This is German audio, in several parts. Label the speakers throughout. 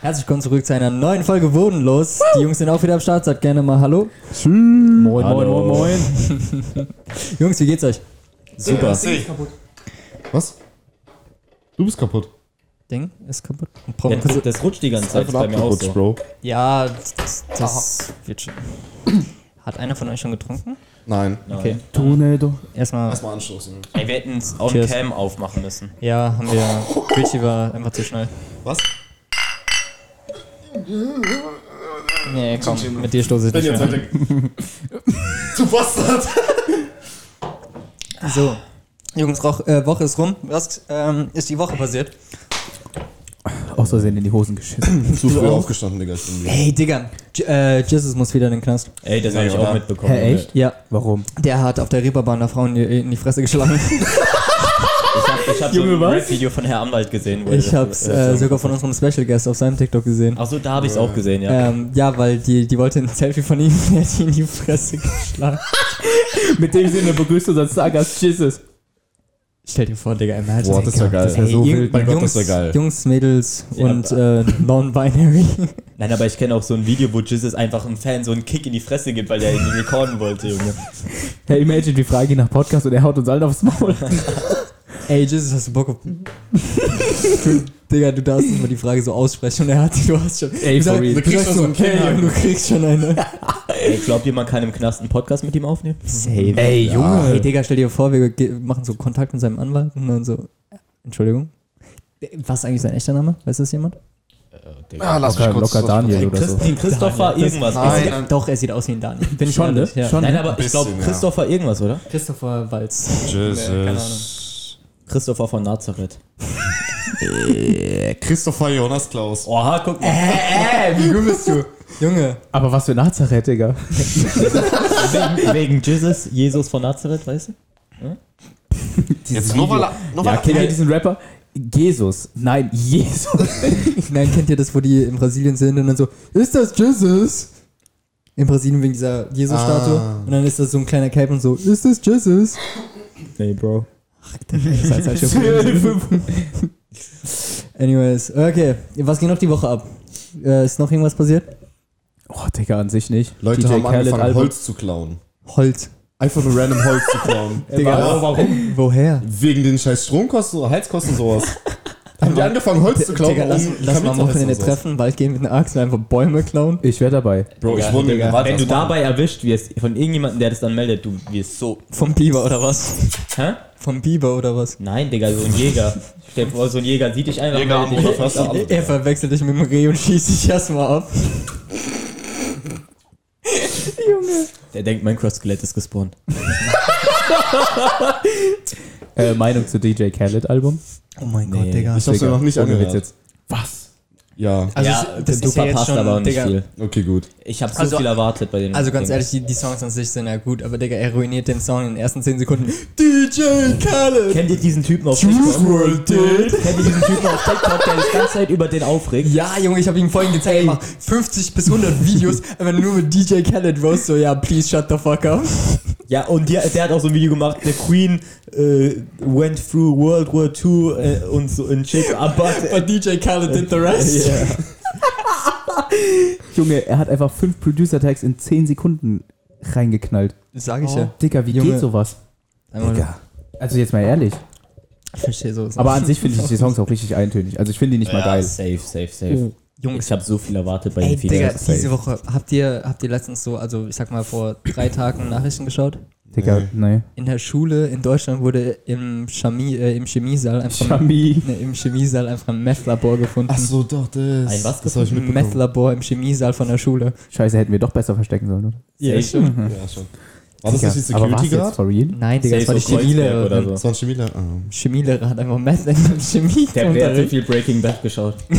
Speaker 1: Herzlich willkommen zurück zu einer neuen Folge Bodenlos. Die Jungs sind auch wieder am Start. Sagt gerne mal Hallo.
Speaker 2: Moin, moin, moin, moin.
Speaker 1: Jungs, wie geht's euch?
Speaker 3: Super.
Speaker 2: Was? Du bist kaputt.
Speaker 1: Ding ist kaputt.
Speaker 3: Das, das rutscht die ganze Zeit
Speaker 2: Einfach
Speaker 3: bei mir auch
Speaker 2: abgerutscht,
Speaker 3: so.
Speaker 2: Bro.
Speaker 1: Ja, das, das wird schon. Hat einer von euch schon getrunken?
Speaker 4: Nein.
Speaker 1: Okay.
Speaker 2: Tornado.
Speaker 1: Erstmal,
Speaker 4: Erstmal anstoßen.
Speaker 3: Ey, wir hätten es on
Speaker 1: Cheers.
Speaker 3: cam aufmachen müssen.
Speaker 1: ja, haben wir. Richie war einfach zu schnell.
Speaker 4: Was?
Speaker 1: Nee, komm, mit dir stoße ich
Speaker 4: Bin
Speaker 1: nicht
Speaker 4: jetzt
Speaker 1: mehr.
Speaker 4: heute. du Bastard!
Speaker 1: So. Jungs, Roch, äh, Woche ist rum. Was ähm, ist die Woche passiert?
Speaker 5: Aus Versehen in die Hosen geschissen.
Speaker 4: Zu früh aufgestanden, Digga. Ich bin müde.
Speaker 1: Hey, Digga. J äh, Jesus muss wieder in den Knast.
Speaker 3: Ey, das habe ich auch mitbekommen.
Speaker 5: Hä, echt?
Speaker 1: Ja,
Speaker 5: Warum?
Speaker 1: der hat auf der Reeperbahn der Frauen in die, in die Fresse geschlagen.
Speaker 3: Ich habe ich hab so ein Rap-Video von Herr Anwalt gesehen. Wo er
Speaker 1: Ich
Speaker 3: das-
Speaker 1: hab's
Speaker 3: das so-
Speaker 1: äh, sogar von unserem Special Guest auf seinem TikTok gesehen.
Speaker 3: Ach so, da habe ich es auch gesehen, ja.
Speaker 1: Ähm, ja, weil die, die wollte ein Selfie von ihm, der hat ihn in die Fresse geschlagen.
Speaker 5: Mit dem Sinne begrüßt unser Sagas Jesus.
Speaker 1: Stell dir vor, Digga, imagine.
Speaker 2: Boah, das ist ja geil. Das
Speaker 1: Ey,
Speaker 2: wäre so
Speaker 1: Jung-
Speaker 2: wild. Mein Gott, das
Speaker 1: Jungs,
Speaker 2: ist ja geil.
Speaker 1: Jungs, Mädels und äh, Non-Binary.
Speaker 3: Nein, aber ich kenne auch so ein Video, wo Jesus einfach einem Fan so einen Kick in die Fresse gibt, weil der ihn recorden wollte, Junge.
Speaker 5: Hey, imagine, wir fragen ihn nach Podcast und er haut uns alle aufs Maul.
Speaker 1: Ey, Jesus, hast du Bock auf... du, Digga, du darfst nicht mal die Frage so aussprechen und er hat die, du hast schon...
Speaker 5: Ey,
Speaker 1: du
Speaker 5: for
Speaker 1: sagst-
Speaker 5: real.
Speaker 1: du
Speaker 5: Du
Speaker 4: kriegst
Speaker 1: sagst
Speaker 4: schon so
Speaker 1: so,
Speaker 4: einen
Speaker 1: hey,
Speaker 4: Kinnhaken.
Speaker 1: Junge, du kriegst schon eine.
Speaker 3: Ey, glaubt ihr, man kann im Knast einen Podcast mit ihm aufnehmen? Safe.
Speaker 1: Ey, Junge. Ey, Digga, stell dir vor, wir ge- machen so Kontakt mit seinem Anwalt und dann so... Entschuldigung. Was ist eigentlich sein echter Name? Weiß das jemand?
Speaker 4: Ah, lass
Speaker 5: Locker, locker Daniel oder so.
Speaker 3: Christin, Christopher, irgendwas.
Speaker 4: Nein.
Speaker 3: Ist-
Speaker 1: Doch, er sieht aus wie ein Daniel. Bin
Speaker 5: Schon, ne? Schon.
Speaker 3: Nein,
Speaker 5: ne?
Speaker 3: aber ich
Speaker 4: Bisschen,
Speaker 3: glaube,
Speaker 4: ja.
Speaker 3: Christopher irgendwas, oder?
Speaker 1: Christopher Walz.
Speaker 4: Jesus.
Speaker 3: Christopher von Nazareth.
Speaker 4: Christopher Jonas Klaus.
Speaker 3: Oha, guck mal.
Speaker 1: Äh, wie gut bist du? Junge.
Speaker 5: Aber was für Nazareth, Digga.
Speaker 3: Wegen, wegen Jesus, Jesus von Nazareth, weißt du?
Speaker 4: Jetzt nur weil er. Noch
Speaker 5: Ja,
Speaker 4: mal.
Speaker 5: kennt ihr diesen Rapper? Jesus. Nein, Jesus.
Speaker 1: Nein, kennt ihr das, wo die in Brasilien sind und dann so, ist das Jesus? In Brasilien wegen dieser Jesus-Statue.
Speaker 4: Ah.
Speaker 1: Und dann ist das so ein kleiner Cape und so, ist das Jesus?
Speaker 3: Nee, Bro.
Speaker 1: Das heißt halt schon Problem. Anyways, okay. Was ging noch die Woche ab? Äh, ist noch irgendwas passiert?
Speaker 5: Oh, Digga, an sich nicht.
Speaker 4: Leute haben
Speaker 5: Khaled
Speaker 4: angefangen,
Speaker 5: Album.
Speaker 4: Holz zu klauen.
Speaker 1: Holz.
Speaker 4: Einfach nur random Holz zu klauen.
Speaker 5: Digga,
Speaker 4: Ja.
Speaker 5: warum?
Speaker 1: Woher?
Speaker 4: Wegen den scheiß Stromkosten oder Heizkosten sowas. haben die angefangen, Holz zu klauen.
Speaker 1: Digga, lass,
Speaker 4: um
Speaker 1: lass mal am
Speaker 4: Kamin zu heizen
Speaker 1: Wochenende
Speaker 4: und sowas.
Speaker 1: treffen, Wald gehen mit einer Axt und einfach Bäume klauen.
Speaker 5: Ich wäre dabei.
Speaker 4: Bro, ich wurde mir
Speaker 3: Wenn du dabei erwischt wirst, von irgendjemandem, der das dann meldet, du wirst so.
Speaker 1: Vom Biber oder was?
Speaker 3: Hä?
Speaker 1: Vom Biber oder was?
Speaker 3: Nein, Digga, so ein Jäger. Stell dir vor, so ein Jäger sieht dich einfach.
Speaker 4: Jäger am
Speaker 3: meldet dich.
Speaker 4: Ruderfass.
Speaker 1: Er verwechselt dich mit dem Reh und schießt dich erstmal ab.
Speaker 3: Der denkt, Minecraft-Skelett ist gespawnt.
Speaker 5: Äh, Meinung zu DJ Khaled Album?
Speaker 1: Oh mein
Speaker 3: Nee,
Speaker 4: Ich hab's mir noch nicht
Speaker 5: Ohne
Speaker 4: angehört.
Speaker 5: Witz jetzt.
Speaker 4: Was? Ja.
Speaker 1: Also
Speaker 3: ja,
Speaker 1: es- das
Speaker 3: du
Speaker 1: ist ja jetzt
Speaker 3: verpasst
Speaker 1: schon,
Speaker 3: aber auch nicht
Speaker 1: Digga.
Speaker 3: viel.
Speaker 4: Okay, gut.
Speaker 3: Ich habe so
Speaker 1: Also-
Speaker 3: viel erwartet bei dem.
Speaker 1: Also ganz
Speaker 3: Ding.
Speaker 1: ehrlich, die, die Songs an sich sind ja gut, aber Digga, er ruiniert den Song in den ersten 10 Sekunden. DJ Khaled!
Speaker 3: Kennt ihr diesen Typen auf
Speaker 1: Juice
Speaker 3: TikTok?
Speaker 1: World, dude!
Speaker 3: Kennt ihr diesen Typen auf TikTok, der die ganze Zeit über den aufregt?
Speaker 1: Ja, Junge, ich habe ihm vorhin gezeigt, er macht 50 bis 100 Videos, aber nur mit DJ Khaled Roast, so, ja, please shut the fuck up.
Speaker 3: Ja, und der, der hat auch so ein Video gemacht, The Queen äh, went through World War II äh, und so in Chick, aber
Speaker 1: But DJ Khaled did the rest.
Speaker 5: Junge, er hat einfach fünf Producer-Tags in zehn Sekunden reingeknallt.
Speaker 1: Sag ich ja.
Speaker 5: Digga, wie
Speaker 1: Junge.
Speaker 5: geht sowas?
Speaker 3: Oh.
Speaker 1: Einmal,
Speaker 5: Also jetzt mal ehrlich.
Speaker 1: ich verstehe sowas.
Speaker 5: Aber an sich finde ich die Songs auch richtig eintönig. Also ich finde die nicht mal
Speaker 3: Ja,
Speaker 5: geil.
Speaker 3: safe, safe,
Speaker 1: Oh.
Speaker 3: safe.
Speaker 1: Jungs,
Speaker 3: Ich habe so viel erwartet bei
Speaker 1: Ey,
Speaker 3: den
Speaker 1: Digga,
Speaker 3: Videos.
Speaker 1: diese Woche, habt ihr, habt ihr letztens so, also ich sag mal vor drei Tagen Nachrichten geschaut?
Speaker 5: Digga, nee.
Speaker 1: In der Schule in Deutschland wurde im, Chemie, äh, im Chemiesaal einfach
Speaker 5: Chami.
Speaker 1: ne, im Chemiesaal einfach ein Meth-Labor gefunden.
Speaker 4: Achso, doch, das.
Speaker 3: Ein was
Speaker 4: Das hab ich
Speaker 1: Ein
Speaker 4: mitbekommen.
Speaker 1: Meth-Labor im Chemiesaal von der Schule.
Speaker 5: Scheiße, hätten wir doch besser verstecken sollen, oder?
Speaker 3: Ja,
Speaker 1: stimmt.
Speaker 4: Ja, Mhm. schon. War das
Speaker 5: Digga,
Speaker 4: nicht die
Speaker 5: aber war's
Speaker 4: Security
Speaker 5: jetzt
Speaker 4: Guard?
Speaker 5: for real?
Speaker 1: Nein, Digga, das war
Speaker 3: Safe
Speaker 1: die
Speaker 3: so Kreuzberg
Speaker 1: Chemielehrerin.
Speaker 3: oder so.
Speaker 4: Das war ein Chemieler. Ah.
Speaker 1: Chemielehrerin hat einfach Meth in Chemie
Speaker 3: Der hat so viel Breaking Bad geschaut.
Speaker 5: Hä,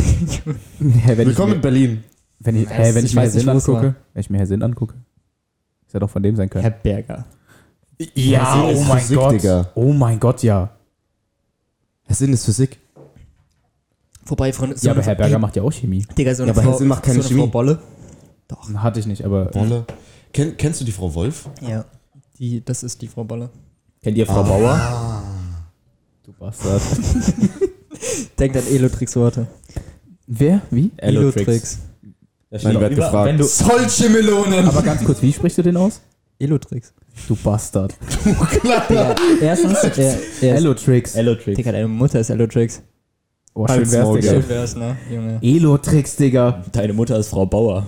Speaker 5: wenn
Speaker 4: Willkommen
Speaker 5: ich
Speaker 4: in
Speaker 5: mir,
Speaker 4: Berlin.
Speaker 5: wenn ich,
Speaker 1: Nein,
Speaker 5: hä, wenn
Speaker 1: ich
Speaker 5: ich, mir
Speaker 1: weiß
Speaker 5: Herr Sinn
Speaker 1: nicht, wo es
Speaker 5: angucke, wenn ich mir Herr Sinn angucke, ist ja doch von dem sein können.
Speaker 1: Herr Berger.
Speaker 5: Ja,
Speaker 4: Sinn ist Physik, Digga.
Speaker 5: Oh mein Gott, ja.
Speaker 4: Herr Sinn ist Physik.
Speaker 1: Vorbei, Freunde. So
Speaker 5: Ja, aber
Speaker 1: eine-
Speaker 5: Herr Berger macht ja auch Chemie.
Speaker 1: Digga, so eine
Speaker 4: Ja, aber
Speaker 1: Frau,
Speaker 4: Herr Sinn macht keine
Speaker 1: so eine Frau
Speaker 4: Chemie.
Speaker 1: Bolle.
Speaker 5: Hatte ich nicht, aber
Speaker 4: Wolle. Ken, kennst du die Frau Wolf?
Speaker 1: Ja. Die, das ist die Frau Bolle.
Speaker 3: Kennt ihr
Speaker 1: Ah,
Speaker 3: Frau Bauer?
Speaker 5: du Bastard.
Speaker 1: Denkt an Elotrix Worte.
Speaker 5: Wer? Wie?
Speaker 1: Elotrix.
Speaker 4: Da steht
Speaker 3: Wenn
Speaker 4: über,
Speaker 3: du,
Speaker 4: gefragt.
Speaker 3: wenn du
Speaker 4: Solche Melonen!
Speaker 5: Aber ganz kurz, wie sprichst du den aus?
Speaker 1: Elotrix.
Speaker 5: Du Bastard.
Speaker 1: Ja, erstens, er, er ist,
Speaker 5: Elotrix.
Speaker 3: Elotrix.
Speaker 1: Digga, deine Mutter ist Elotrix.
Speaker 5: Oh, schön wär's,
Speaker 4: Halsmaul,
Speaker 5: Digga.
Speaker 4: ja.
Speaker 1: Schön wär's, ne, Junge.
Speaker 5: Elotrix, Digga.
Speaker 3: Deine Mutter ist Frau Bauer.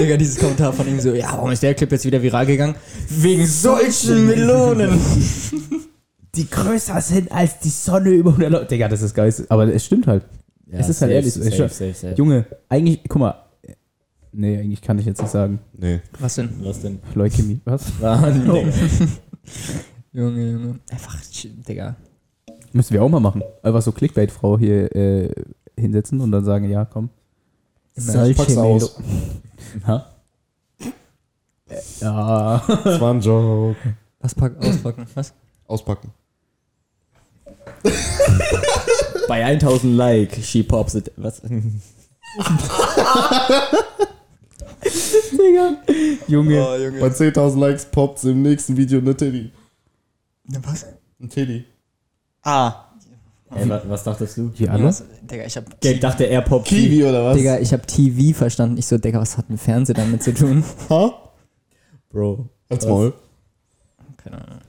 Speaker 1: Digga, dieses Kommentar von ihm so, ja, warum ist der Clip jetzt wieder viral gegangen? Wegen solchen Melonen.
Speaker 5: Die größer sind als die Sonne über 100 Leute. Digga, das ist geil. Aber es stimmt halt.
Speaker 3: Ja,
Speaker 5: Es ist halt ehrlich so.
Speaker 3: Safe,
Speaker 5: Ich schwör-
Speaker 3: safe, safe, safe.
Speaker 5: Junge, eigentlich, guck mal. Nee, eigentlich kann ich jetzt nicht sagen.
Speaker 4: Nee.
Speaker 1: Was denn? Ah,
Speaker 3: Was denn?
Speaker 5: Leukämie. Was?
Speaker 3: Mann,
Speaker 5: Oh.
Speaker 3: Digga.
Speaker 1: Junge, Junge. Einfach, Digga.
Speaker 5: Müssen wir auch mal machen. Einfach so Clickbait-Frau hier äh, hinsetzen und dann sagen, ja, komm.
Speaker 1: Solche
Speaker 4: pack's
Speaker 1: Melonen.
Speaker 4: aus.
Speaker 5: Ha? Äh, Ja.
Speaker 2: Das war ein Joke.
Speaker 1: Was pack, auspacken? Was?
Speaker 4: Auspacken.
Speaker 3: Bei 1000 Like, she pops it. Was?
Speaker 1: Ah,
Speaker 5: Junge.
Speaker 4: Bei 10.000 Likes poppt's im nächsten Video eine Teddy.
Speaker 1: Was?
Speaker 4: Ein Teddy.
Speaker 1: Ah.
Speaker 3: Ey, wa- was dachtest du?
Speaker 5: Wie alle?
Speaker 1: Digga, ich hab.
Speaker 3: Gabe dachte, er poppt sie.
Speaker 4: Kiwi oder was?
Speaker 1: Digga, ich hab TV verstanden. Ich so, Digga, was hat ein Fernseher damit zu tun?
Speaker 4: Ha?
Speaker 3: Bro.
Speaker 4: Halt's Maul.
Speaker 1: Keine Ahnung.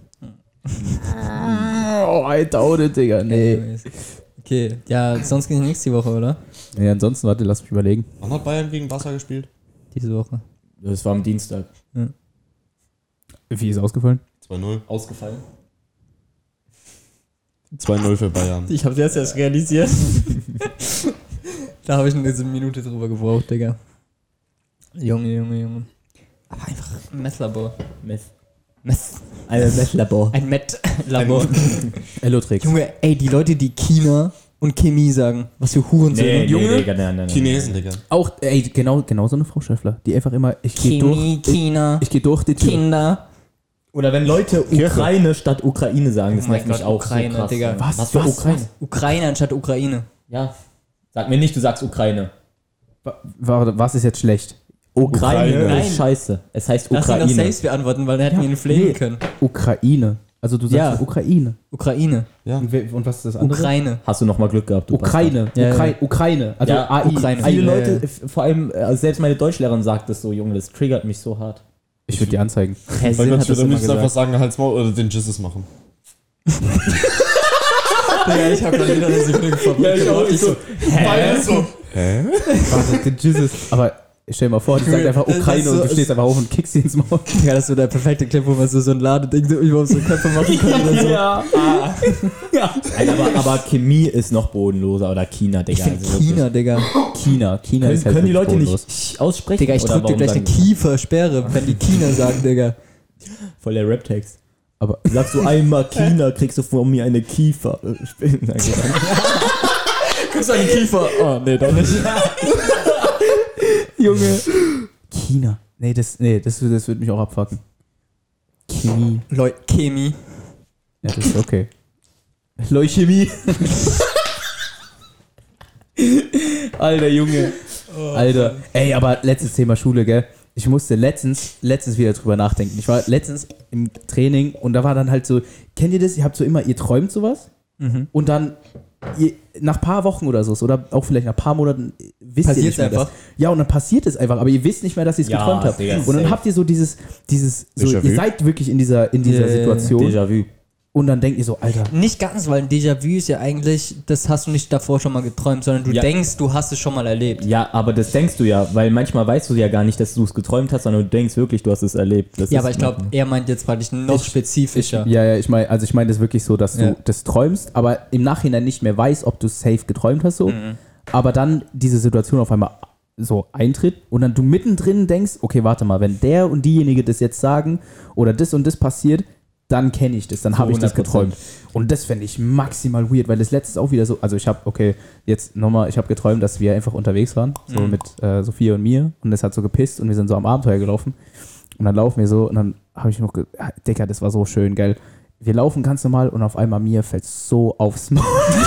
Speaker 5: Oh, I doubt it, Digga. Nee.
Speaker 1: Anyways. Okay, ja, sonst ging nichts die Woche, oder?
Speaker 5: nee. Ansonsten, warte, lass mich überlegen.
Speaker 4: Wann hat Bayern gegen Wasser gespielt?
Speaker 1: Diese Woche.
Speaker 3: Das war am Dienstag.
Speaker 5: Wie ist ausgefallen?
Speaker 4: 2-0.
Speaker 3: Ausgefallen.
Speaker 4: 2-0 für Bayern.
Speaker 1: Ich hab's jetzt erst realisiert. da habe ich eine Minute drüber gebraucht, Digga. Junge, Junge, Junge. Aber einfach ein Messlabor.
Speaker 3: Meth. Also
Speaker 1: Mess.
Speaker 3: Ein Meth-Labor.
Speaker 1: Ein Met-Labor.
Speaker 5: Elotrix.
Speaker 1: Junge, ey, die Leute, die China und Chemie sagen, was für Huren sind.
Speaker 3: Nee,
Speaker 1: Und Junge,
Speaker 3: nee, Digga, nein, nein, nein.
Speaker 4: Chinesen, Digga.
Speaker 5: Auch, ey, genau, genau so eine Frau Schäffler, die einfach immer, ich gehe durch,
Speaker 1: Chemie, China,
Speaker 5: ich gehe durch die Tür.
Speaker 1: Kinder.
Speaker 3: Oder wenn Leute Ukraine statt Ukraine sagen, das
Speaker 1: Oh mein
Speaker 3: nervt mich
Speaker 1: Gott,
Speaker 3: auch
Speaker 1: Ukraine,
Speaker 3: so krass.
Speaker 1: Digga.
Speaker 3: ey.
Speaker 5: Was?
Speaker 3: Was für
Speaker 5: Was?
Speaker 3: Ukraine?
Speaker 1: Ukraine anstatt Ukraine.
Speaker 3: Ja. Sag mir nicht, du sagst Ukraine.
Speaker 5: Wa- wa- Was ist jetzt schlecht?
Speaker 3: Ukraine,
Speaker 1: Nein.
Speaker 3: ist scheiße. Es heißt
Speaker 1: Lass ihn doch
Speaker 3: Ukraine.
Speaker 1: selbst beantworten, weil dann hätten wir ihn pflegen
Speaker 5: nee.
Speaker 1: können.
Speaker 5: Ukraine. Also du sagst
Speaker 1: Ja.
Speaker 5: Ukraine.
Speaker 1: Ukraine.
Speaker 5: Und, we- und was ist das andere?
Speaker 1: Ukraine.
Speaker 3: Hast du nochmal Glück gehabt, du
Speaker 5: Ukraine.
Speaker 1: Ja, ja.
Speaker 5: Ukrai- Ukraine. Also
Speaker 3: Ja,
Speaker 5: AI.
Speaker 1: Ukraine.
Speaker 3: Viele
Speaker 1: Ja,
Speaker 3: Leute,
Speaker 1: ja.
Speaker 3: f- vor allem, äh, also selbst meine Deutschlehrerin sagt das so, Junge, das triggert mich so hart.
Speaker 5: Ich würde dir anzeigen.
Speaker 1: Herr
Speaker 4: Weil
Speaker 1: Sinn
Speaker 4: Gott,
Speaker 1: hat
Speaker 4: ich würde
Speaker 1: das
Speaker 4: am
Speaker 1: immer
Speaker 4: liebsten einfach
Speaker 1: gesagt.
Speaker 4: sagen, halt's Maul oder den Jizzes machen.
Speaker 1: Ja, ich habe gerade wieder eine Sekunde
Speaker 3: Ja, ich auch, ich so,
Speaker 4: Beides so.
Speaker 5: Warte, den Jesus. Aber stell dir mal vor, die sagt einfach
Speaker 1: das ist
Speaker 5: Ukraine
Speaker 1: so-
Speaker 5: und du stehst einfach auf und kickst sie ins Maul.
Speaker 1: Ja, das ist so der perfekte Clip, wo man so, so ein Ladeding so überhaupt so Köpfe machen kann oder so.
Speaker 3: Ja. Nein, aber, aber Chemie ist noch bodenloser oder China, Digga.
Speaker 1: Ich find
Speaker 3: also wirklich.
Speaker 1: China, Digga.
Speaker 5: China. China
Speaker 3: Können,
Speaker 5: ist halt
Speaker 3: können die
Speaker 5: wirklich
Speaker 3: Leute
Speaker 5: bodenlos.
Speaker 3: nicht aussprechen?
Speaker 1: Digga, ich
Speaker 3: Oder
Speaker 1: drück dir
Speaker 3: warum
Speaker 1: gleich eine
Speaker 3: sagen-
Speaker 1: Kiefersperre, wenn die China sagen, Digga.
Speaker 3: Voll der Rap-Text.
Speaker 5: Aber
Speaker 3: Sagst du einmal China, kriegst du von mir eine Kiefer. Kriegst du eine Kiefer? Oh, nee, doch nicht.
Speaker 5: Junge. China. Nee, das, nee, das, das würde mich auch abfacken. Chemie.
Speaker 1: Leute, Chemie.
Speaker 5: Ja, das ist okay. Leuchemie. Alter Junge. Alter. Ey, aber letztes Thema Schule, gell? Ich musste letztens, letztens wieder drüber nachdenken. Ich war letztens im Training und da war dann halt so, kennt ihr das? Ihr habt so immer, ihr träumt sowas und dann ihr, nach paar Wochen oder so oder auch vielleicht nach paar Monaten äh, wisst ihr
Speaker 1: Passiert's
Speaker 5: nicht mehr
Speaker 1: einfach.
Speaker 5: das. Ja, und dann passiert es einfach, aber ihr wisst nicht mehr, dass ihr es
Speaker 3: Ja,
Speaker 5: geträumt habt.
Speaker 3: Digga,
Speaker 5: und dann
Speaker 3: safe.
Speaker 5: habt ihr so dieses, dieses, so,
Speaker 4: Déjà
Speaker 5: ihr
Speaker 4: vu.
Speaker 5: seid wirklich in dieser, in dieser
Speaker 1: Ja, ja, ja.
Speaker 5: Situation
Speaker 3: Déjà-vu.
Speaker 5: und dann denkt ihr so, Alter,
Speaker 1: Nicht ganz, weil ein Déjà-vu ist ja eigentlich, das hast du nicht davor schon mal geträumt, sondern du
Speaker 3: Ja.
Speaker 1: denkst, du hast es schon mal erlebt.
Speaker 3: Ja, aber das denkst du ja, weil manchmal weißt du ja gar nicht, dass du es geträumt hast, sondern du denkst wirklich, du hast es erlebt. Das
Speaker 1: Ja,
Speaker 3: ist
Speaker 1: aber ich glaube, er meint jetzt praktisch noch spezifischer.
Speaker 5: Ja, ja, mhm. ich meine, also ich meine das wirklich so, dass du
Speaker 1: Ja.
Speaker 5: das träumst, aber im Nachhinein nicht mehr weiß, ob du safe geträumt hast so. Aber dann diese Situation auf einmal so eintritt und dann du mittendrin denkst, okay, warte mal, wenn der und diejenige das jetzt sagen oder das und das passiert, dann kenne ich das, dann habe ich das
Speaker 3: 100%.
Speaker 5: geträumt. Und das fände ich maximal weird, weil das letztes auch wieder so, also ich habe, okay, jetzt nochmal, ich habe geträumt, dass wir einfach unterwegs waren, so mit äh, Sophia und mir und es hat so gepisst und wir sind so am Abenteuer gelaufen und dann laufen wir so und dann habe ich noch, ge- ah, Digga, das war so schön, geil. Wir laufen ganz normal und auf einmal mir fällt so aufs Maul.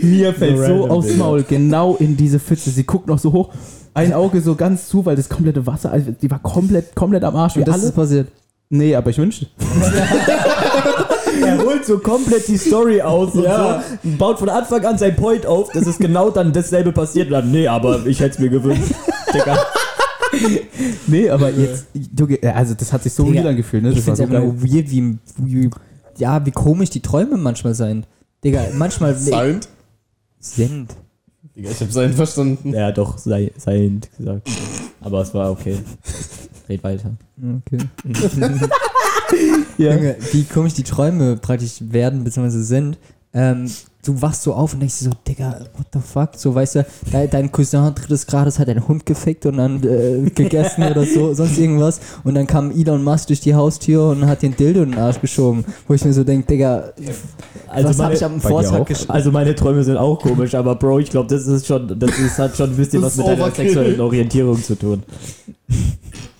Speaker 5: mir fällt so
Speaker 3: random,
Speaker 5: aufs
Speaker 3: Digga.
Speaker 5: Maul, genau in diese Pfütze. Sie guckt noch so hoch, ein Auge so ganz zu, weil das komplette Wasser, also die war komplett, komplett am Arsch. Wir alle,
Speaker 1: passiert.
Speaker 5: nee, aber ich wünschte.
Speaker 3: er holt so komplett die Story aus und so, und ne, baut von Anfang an sein Point auf, dass es genau dann dasselbe passiert. Und dann, nee, aber ich hätte es mir gewünscht. Digga.
Speaker 5: Nee, aber jetzt, Junge, also das hat sich so
Speaker 1: Digga,
Speaker 5: real angefühlt, ne?
Speaker 1: Ich
Speaker 5: Das war
Speaker 1: finde es
Speaker 5: so
Speaker 1: einfach
Speaker 5: geil.
Speaker 1: nur weird, wie, wie, ja, wie komisch die Träume manchmal sein. Digga, manchmal
Speaker 4: Signed?
Speaker 1: sind.
Speaker 4: Digga, ich hab seinen verstanden.
Speaker 3: Ja, doch, sei, sei gesagt. Aber es war okay. Red weiter.
Speaker 1: Okay. Junge, wie komisch die Träume praktisch werden bzw. sind. Ähm, du wachst so auf und denkst dir so, Digga, what the fuck? So, weißt du, de dein Cousin drittes Grades hat einen Hund gefickt und dann äh, gegessen oder so, sonst irgendwas. Und dann kam Elon Musk durch die Haustür und hat den Dildo in den Arsch geschoben. Wo ich mir so denke, Digga,
Speaker 3: Also
Speaker 1: was habe
Speaker 3: meine-
Speaker 1: ich am
Speaker 5: bei dir auch?
Speaker 1: Vortag geschrieben?
Speaker 3: Also meine Träume sind auch komisch, aber Bro, ich glaube, das ist schon, das ist, hat schon ein bisschen
Speaker 4: Das
Speaker 3: was mit
Speaker 4: ist
Speaker 3: deiner
Speaker 4: Overkill.
Speaker 3: sexuellen Orientierung zu tun.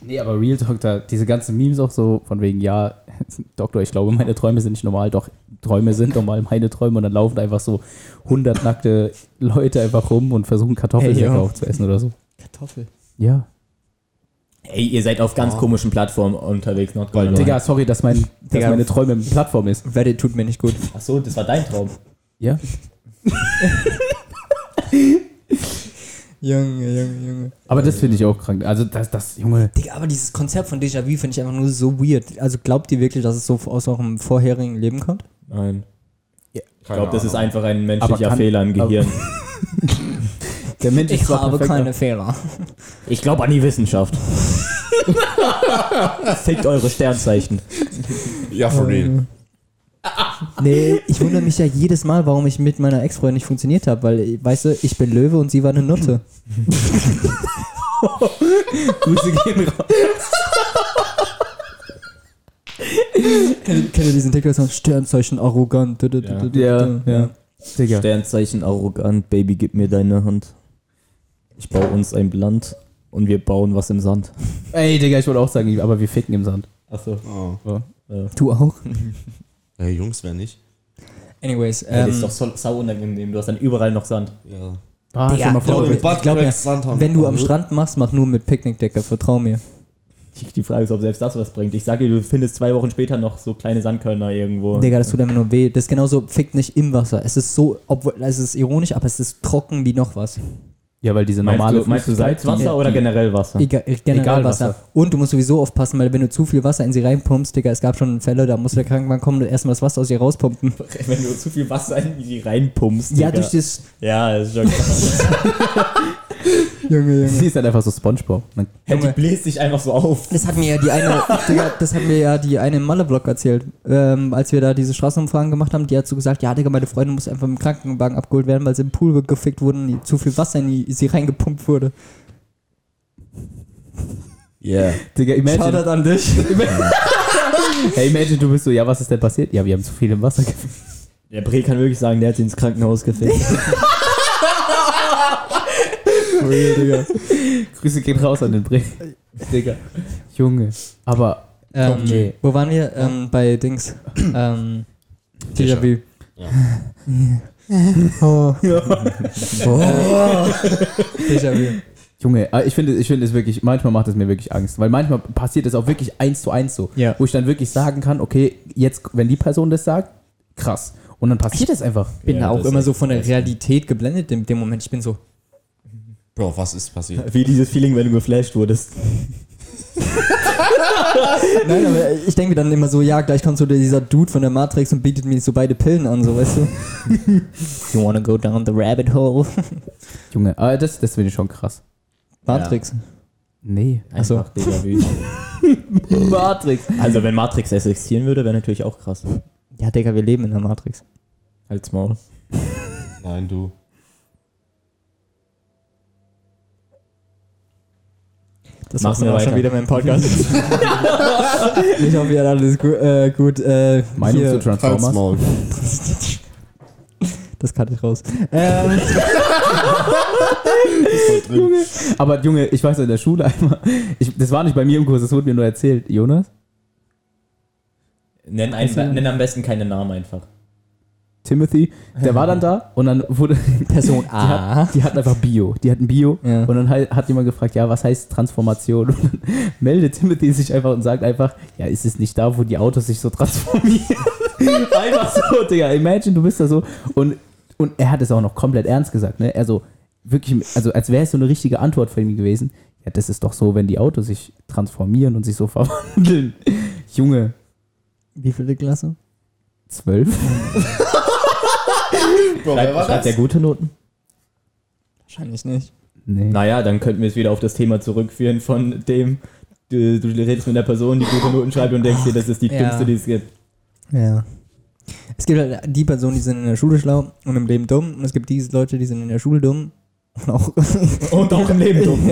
Speaker 5: Nee, aber Real Talk, da, diese ganzen Memes auch so von wegen, ja, Doktor, ich glaube, meine Träume sind nicht normal, doch Träume sind normal meine Träume und dann laufen einfach so 100 nackte Leute einfach rum und versuchen Kartoffelsäcke
Speaker 1: Ey, yo.
Speaker 5: aufzuessen oder so.
Speaker 1: Kartoffel.
Speaker 5: Ja.
Speaker 3: Ey, ihr seid auf ganz komischen Plattformen unterwegs, not
Speaker 2: Weil-
Speaker 5: Digga, sorry, dass, mein, dass
Speaker 1: Digga.
Speaker 5: meine Träume eine Plattform ist.
Speaker 1: Reddit tut mir nicht gut.
Speaker 3: Achso, das war dein Traum.
Speaker 5: Ja.
Speaker 1: Junge, Junge, Junge.
Speaker 5: Aber das finde ich auch krank. Also das, das, Junge.
Speaker 1: Digga, aber dieses Konzept von Déjà-vu finde ich einfach nur so weird. Also glaubt ihr wirklich, dass es so aus eurem vorherigen Leben kommt?
Speaker 3: Nein. Ich
Speaker 4: Keine
Speaker 3: glaube, das ist
Speaker 4: Ahnung.
Speaker 3: einfach ein
Speaker 5: Aber
Speaker 3: menschlicher
Speaker 5: kann-
Speaker 3: Fehler im
Speaker 5: aber-
Speaker 3: Gehirn.
Speaker 5: Der Mensch ist zwar perfekt,
Speaker 1: Fehler.
Speaker 3: Ich glaube an die Wissenschaft. Fickt eure Sternzeichen.
Speaker 4: Ja, for real.
Speaker 1: Nee, ich wundere mich ja jedes Mal, warum ich mit meiner Ex-Freundin nicht funktioniert habe, weil, weißt du, ich bin Löwe und sie war eine Nutte.
Speaker 5: Grüße gehen raus.
Speaker 1: Kennt ihr diesen TikTok von Sternzeichen arrogant? Du, du, du, du, du,
Speaker 5: Ja,
Speaker 1: du.
Speaker 5: ja. Digga.
Speaker 3: Sternzeichen arrogant, Baby, gib mir deine Hand. Ich baue uns ein Land und wir bauen was im Sand.
Speaker 5: Ey, Digga, ich wollte auch sagen, aber wir ficken im Sand.
Speaker 3: Achso.
Speaker 4: Oh.
Speaker 1: Du auch?
Speaker 4: Ey, Jungs, wer nicht?
Speaker 1: Anyways,
Speaker 3: Ähm, das ist
Speaker 1: ähm,
Speaker 3: doch so, sau unangenehm. Du hast dann überall noch Sand.
Speaker 4: Ja.
Speaker 5: Ah,
Speaker 1: Digga,
Speaker 5: stell mal vor,
Speaker 1: glaub
Speaker 5: wir-
Speaker 1: mir, ich glaub mir,
Speaker 4: Sand haben.
Speaker 1: wenn du am Strand machst, mach nur mit Picknickdecke, vertrau mir.
Speaker 3: Die- Die Frage ist, ob selbst das was bringt. Ich sage dir, du findest zwei Wochen später noch so kleine Sandkörner irgendwo.
Speaker 1: Digga, das tut einfach nur weh. Das ist genauso, fickt nicht im Wasser. Es ist so, obwohl, es ist ironisch, aber es ist trocken wie noch was.
Speaker 5: Ja, weil diese
Speaker 3: Meinst
Speaker 5: normale
Speaker 3: du, meinst du
Speaker 5: Flüssigkeit,
Speaker 3: Salzwasser
Speaker 5: die-
Speaker 3: oder
Speaker 5: die-
Speaker 3: generell Wasser?
Speaker 1: Egal, äh, generell
Speaker 5: Egal,
Speaker 1: Wasser.
Speaker 5: Wasser.
Speaker 1: Und du musst sowieso aufpassen, weil wenn du zu viel Wasser in sie reinpumpst, Digga, es gab schon Fälle, da musste der Krankenwagen kommen und erstmal das Wasser aus ihr rauspumpen.
Speaker 3: Wenn du zu viel Wasser in die reinpumpst.
Speaker 1: Ja,
Speaker 3: Digga.
Speaker 1: durch das.
Speaker 3: Ja, das ist schon krass.
Speaker 1: Junge,
Speaker 5: Sie ist halt einfach so Spongebob. Dann-
Speaker 3: Hey, die
Speaker 1: Junge.
Speaker 3: bläst dich einfach so auf.
Speaker 1: Das hat mir ja die eine, Digga, das hat mir ja die eine im Malle-Blog erzählt. Ähm, als wir da diese Straßenumfragen gemacht haben, die hat so gesagt, ja, Digga, meine Freundin muss einfach mit dem Krankenwagen abgeholt werden, weil sie im Pool gefickt wurden und zu viel Wasser in die, sie reingepumpt wurde.
Speaker 4: Yeah.
Speaker 5: Digga, imagine,
Speaker 1: Shoutout an dich.
Speaker 5: hey, imagine, du bist so, ja, was ist denn passiert? Ja, wir haben zu viel im Wasser gefickt.
Speaker 3: Der Bre kann wirklich sagen, der hat sie ins Krankenhaus gefickt.
Speaker 5: Grüße gehen raus an den Bre. Digga. Junge. Aber,
Speaker 1: Ähm,
Speaker 5: Nee.
Speaker 1: Wo waren wir? Ähm, bei Dings. Ähm, Déjà-vu.
Speaker 4: Ja.
Speaker 1: Oh. oh. Déjà-vu.
Speaker 5: Junge, aber ich finde, ich finde es wirklich, manchmal macht es mir wirklich Angst. Weil manchmal passiert es auch wirklich eins zu eins so.
Speaker 1: Ja.
Speaker 5: Wo ich dann wirklich sagen kann, okay, jetzt, wenn die Person das sagt, krass. Und dann passiert es einfach.
Speaker 1: Ich bin
Speaker 3: Ja,
Speaker 1: da
Speaker 3: das
Speaker 1: auch
Speaker 3: ist
Speaker 1: immer
Speaker 3: echt
Speaker 1: so von der Realität geblendet in dem Moment. Ich bin so,
Speaker 4: Bro, was ist passiert?
Speaker 3: Wie dieses Feeling, wenn du geflasht wurdest.
Speaker 1: nein, aber ich denke mir dann immer so, ja, gleich kommt so dieser Dude von der Matrix und bietet mir so beide Pillen an, so, weißt du? you wanna go down the rabbit hole?
Speaker 5: Junge, aber das, das finde ich schon krass.
Speaker 1: Matrix.
Speaker 5: Nee.
Speaker 1: Achso.
Speaker 3: Ach, Digga, wie-
Speaker 5: Matrix.
Speaker 3: also wenn Matrix existieren würde, wäre natürlich auch krass.
Speaker 1: Ja, Digga, wir leben in der Matrix.
Speaker 3: Halt's Maul.
Speaker 4: Nein, du.
Speaker 1: Das
Speaker 3: Machen
Speaker 1: war's
Speaker 3: wir
Speaker 1: dann auch schon
Speaker 3: weiter.
Speaker 1: wieder mit dem Podcast. ich hoffe, ihr habt alles gut. Äh, gut äh,
Speaker 5: Meinung
Speaker 1: hier-
Speaker 5: zu
Speaker 4: Halt's
Speaker 5: Transformers?
Speaker 4: Maul.
Speaker 1: Das kann ich raus. Ähm,
Speaker 5: Aber Junge, ich weiß in der Schule einmal, ich, das war nicht bei mir im Kurs, das wurde mir nur erzählt. Jonas?
Speaker 3: Also- Nenn, ein, nenn am besten keine Namen einfach.
Speaker 5: Timothy, der war dann da und dann wurde,
Speaker 1: Person
Speaker 5: die,
Speaker 1: A.
Speaker 5: hat, die hatten einfach Bio. Die hatten Bio
Speaker 1: Ah. Ja.
Speaker 5: und dann halt, hat jemand gefragt, ja, was heißt Transformation? Und dann meldet Timothy sich einfach und sagt einfach, ja, ist es nicht da, wo die Autos sich so transformieren? einfach so, Digga, imagine, du bist da so. Und, und er hat es auch noch komplett ernst gesagt, ne? Also wirklich, also als wäre es so eine richtige Antwort von ihm gewesen. Ja, das ist doch so, wenn die Autos sich transformieren und sich so verwandeln. Junge,
Speaker 1: Wie viele Klasse?
Speaker 5: zwölf.
Speaker 4: Bro, wer war das?
Speaker 5: der gute Noten?
Speaker 1: Wahrscheinlich nicht.
Speaker 5: Nee.
Speaker 3: Naja, dann könnten wir es wieder auf das Thema zurückführen von dem, du, du redest mit einer Person, die gute Noten schreibt und denkst dir, das ist die
Speaker 1: Ja.
Speaker 3: dümmste, die es gibt.
Speaker 1: Ja. Es gibt halt die Personen, die sind in der Schule schlau und im Leben dumm. Und es gibt diese Leute, die sind in der Schule dumm und auch
Speaker 3: Und auch im Leben dumm.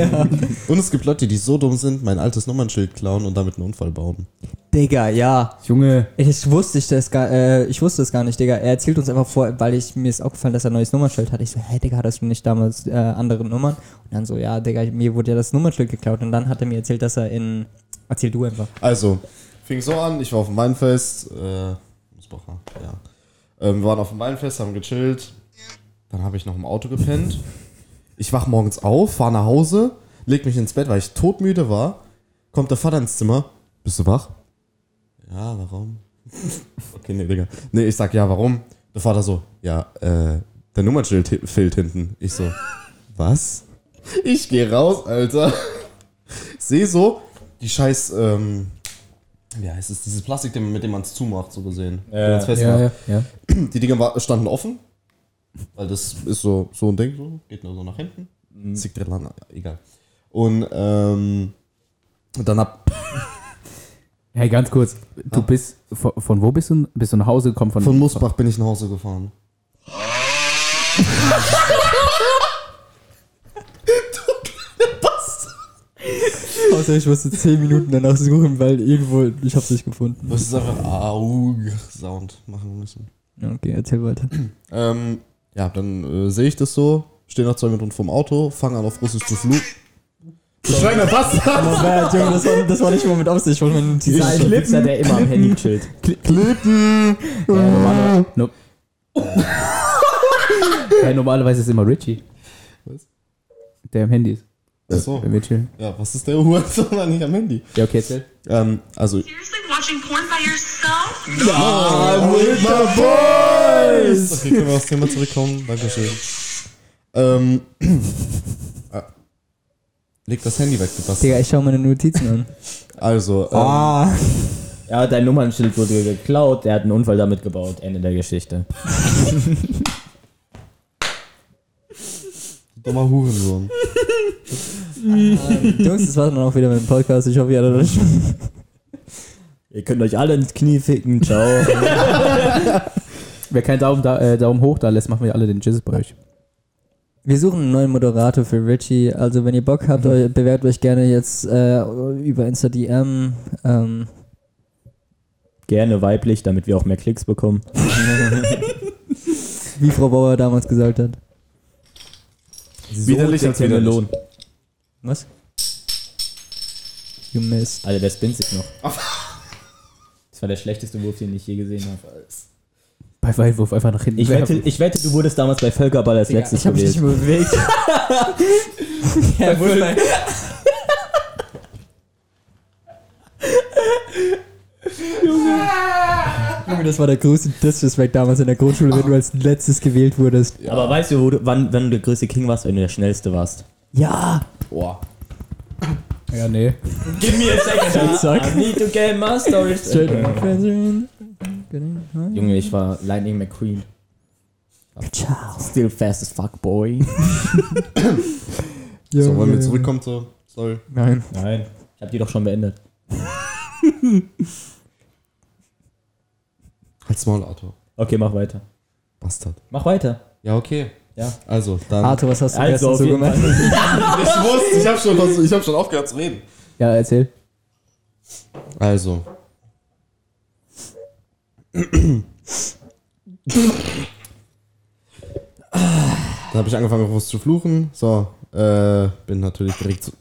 Speaker 4: Und es gibt Leute, die so dumm sind, mein altes Nummernschild klauen und damit einen Unfall bauen.
Speaker 1: Digga, ja.
Speaker 5: Junge,
Speaker 1: Ich wusste ich das gar, äh, ich wusste es gar nicht, Digga. Er erzählt uns einfach vor, weil ich mir ist aufgefallen, dass er ein neues Nummernschild hat. Ich so, hey Digga, hattest du nicht damals äh, andere Nummern? Und dann so, ja, Digga, mir wurde ja das Nummernschild geklaut. Und dann hat er mir erzählt, dass er in. Erzähl du einfach.
Speaker 4: Also, fing so an, ich war auf dem Weinfest, äh, Nussbacher, ja. Ähm, wir waren auf dem Weinfest, haben gechillt, dann habe ich noch im Auto gepennt. Ich wach morgens auf, fahr nach Hause, leg mich ins Bett, weil ich todmüde war. Kommt der Vater ins Zimmer, bist du wach? Ja, warum? okay, nee, Digga. Nee, ich sag ja, warum? Der Vater so, ja, äh, der Nummernschild hi- fehlt hinten. Ich so, was? Ich gehe raus, Alter. Seh so, die scheiß, ähm, wie heißt es, dieses Plastik, dem- mit dem man es zumacht, so gesehen.
Speaker 3: Ja,
Speaker 4: Wenn man's festmacht.
Speaker 5: ja, ja.
Speaker 4: Die Dinger war, standen offen, weil das ist so, so ein Ding, so, geht nur so nach hinten. Zickt drin lang, egal. Und ähm, dann hab.
Speaker 5: Hey, ganz kurz. Du bist von, von wo bist du? Bist du nach Hause gekommen von?
Speaker 4: Von Musbach bin ich nach Hause gefahren.
Speaker 1: Außer ich musste 10 Minuten danach suchen, weil irgendwo, ich hab's nicht gefunden.
Speaker 4: Das ist einfach Aug-Sound machen müssen.
Speaker 1: Okay, erzähl weiter.
Speaker 4: Ähm, ja, dann äh, sehe ich das so, stehe noch zwei Minuten vorm Auto, fange an auf Russisch zu fluchen. Schreiner Bastard!
Speaker 1: Ja, Junge, das war, das war nicht mal mit Absicht, ich wollte mir Notizen
Speaker 3: Dieser
Speaker 1: machen.
Speaker 3: Eclipse, der immer am Handy chillt.
Speaker 5: No. hey, normalerweise ist immer Richie.
Speaker 4: Was? Oh.
Speaker 5: Der am Handy ist.
Speaker 4: Achso,
Speaker 5: Wenn wir chillen.
Speaker 4: ja, was ist der Uhrensohn eigentlich am Handy?
Speaker 5: Ja, okay, erzähl.
Speaker 4: Ähm, also.
Speaker 6: seriously watching porn by yourself?
Speaker 4: Okay, können wir aufs Thema zurückkommen? Dankeschön. Ähm. ah, Leg das Handy weg, du Bastard.
Speaker 1: Digga, ich schau meine Notizen an.
Speaker 4: Also, ähm,
Speaker 1: Ah.
Speaker 3: Ja, dein Nummernschild wurde geklaut, er hat einen Unfall damit gebaut. Ende der Geschichte.
Speaker 4: dummer Hurensohn.
Speaker 1: Jungs, das war's dann auch wieder mit dem Podcast. Ich hoffe, ihr hattet euch
Speaker 3: Ihr könnt euch alle ins Knie ficken, ciao.
Speaker 5: Wer keinen Daumen, da, äh, Daumen hoch da lässt, machen wir alle den Jizzes bei euch.
Speaker 1: Wir suchen einen neuen Moderator für Richie. Also wenn ihr Bock habt, eu- bewerbt euch gerne jetzt äh, über Insta DM. Ähm,
Speaker 3: Gerne weiblich, damit wir auch mehr Klicks bekommen.
Speaker 1: wie Frau Bauer damals gesagt hat.
Speaker 4: Widerlich als
Speaker 3: der Melon.
Speaker 1: Was? You missed.
Speaker 3: Alter, der spinnt sich noch. Das war der schlechteste Wurf, den ich je gesehen habe.
Speaker 5: Bei Weitwurf einfach nach hinten.
Speaker 3: Ich wette,
Speaker 5: werfen.
Speaker 3: ich wette, du wurdest damals bei Völkerball als letztes
Speaker 1: ich hab mich nicht
Speaker 3: gewählt.
Speaker 1: bewegt. Junge, das war der größte Disrespect damals in der Grundschule, wenn du als letztes gewählt wurdest.
Speaker 3: Aber weißt du, wo du wann, wann du der größte King warst, wenn du der schnellste warst?
Speaker 1: Ja!
Speaker 4: Boah.
Speaker 5: Ja, nee.
Speaker 3: Give me a second, I need to get my story straight. Junge, ich war Lightning McQueen.
Speaker 1: Ciao.
Speaker 3: Still fast as fuck, boy.
Speaker 4: So, wollen wir zurückkommen zu. Sorry.
Speaker 1: Nein.
Speaker 3: Nein. Ich hab die doch schon beendet.
Speaker 4: Halt's Maul, Arthur.
Speaker 3: Okay, mach weiter.
Speaker 4: Bastard.
Speaker 3: Mach weiter.
Speaker 4: Ja, okay.
Speaker 3: Ja.
Speaker 4: Also, dann.
Speaker 1: Arthur, was hast du
Speaker 3: Also,
Speaker 1: gestern
Speaker 3: auf
Speaker 1: so
Speaker 3: jeden
Speaker 1: gemacht?
Speaker 4: Ich wusste, ich hab schon, was- ich hab schon aufgehört zu reden.
Speaker 5: Ja, erzähl.
Speaker 4: Also. Dann habe ich angefangen, groß zu fluchen. So, äh, bin natürlich direkt zu.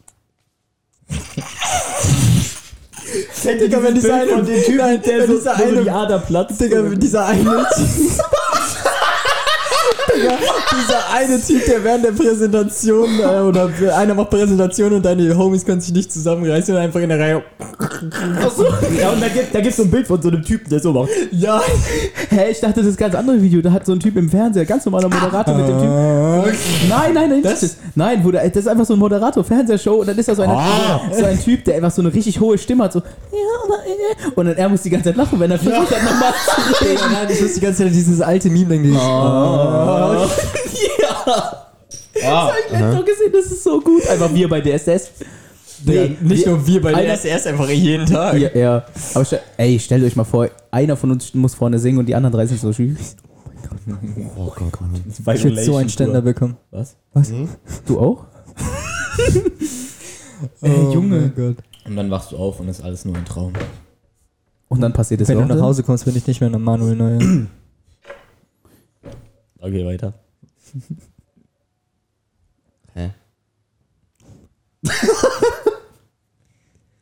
Speaker 1: Digga, wenn dieser eine,
Speaker 3: Typen, der
Speaker 1: wenn
Speaker 3: so,
Speaker 1: dieser
Speaker 3: wo so
Speaker 1: eine-
Speaker 3: die Ader platzt.
Speaker 1: Digga, dieser eine Typ. Digga, dieser eine Typ, der während der Präsentation äh, oder einer macht Präsentation und deine Homies können sich nicht zusammenreißen und einfach in der Reihe.
Speaker 3: Ja, und da gibt da gibt's so ein Bild von so einem Typen, der so macht.
Speaker 1: Ja,
Speaker 5: Hä, ich dachte, das ist ein ganz anderes Video. Da hat so ein Typ im Fernseher, ganz normaler Moderator mit dem
Speaker 1: Ah.
Speaker 5: Typ. Nein, nein, nein, das ist, nein, Bruder, das ist einfach so ein Moderator, Fernsehshow. Und dann ist da so, eine,
Speaker 1: Ah.
Speaker 5: so ein Typ, der einfach so eine richtig hohe Stimme hat. So, ja, aber, äh. Und dann er muss die ganze Zeit lachen, wenn er versucht hat, nochmal zu reden.
Speaker 1: nein, ich muss die ganze Zeit dieses alte Meme denken.
Speaker 5: Ja. Das hab ich letztens noch gesehen, das ist so gut. Einfach wir bei DSS. Nee,
Speaker 1: nicht nur wir bei
Speaker 5: Einer-
Speaker 1: der erst einfach jeden Tag.
Speaker 5: Ja, ja. Aber stell, ey, stellt euch mal vor, einer von uns muss vorne singen und die anderen drei sind so schwierig.
Speaker 4: Oh Gott, Mann.
Speaker 1: Ich würde so einen Ständer bekommen.
Speaker 5: Was?
Speaker 1: Was?
Speaker 5: Du auch?
Speaker 1: Ey, Junge. Oh Gott.
Speaker 3: Und dann wachst du auf und ist alles nur ein Traum.
Speaker 5: Und dann passiert das
Speaker 1: Wenn du
Speaker 5: auch
Speaker 1: nach
Speaker 5: dann?
Speaker 1: Hause kommst, bin ich nicht mehr ein Manuel Neuer.
Speaker 3: Okay, weiter.
Speaker 4: Hä?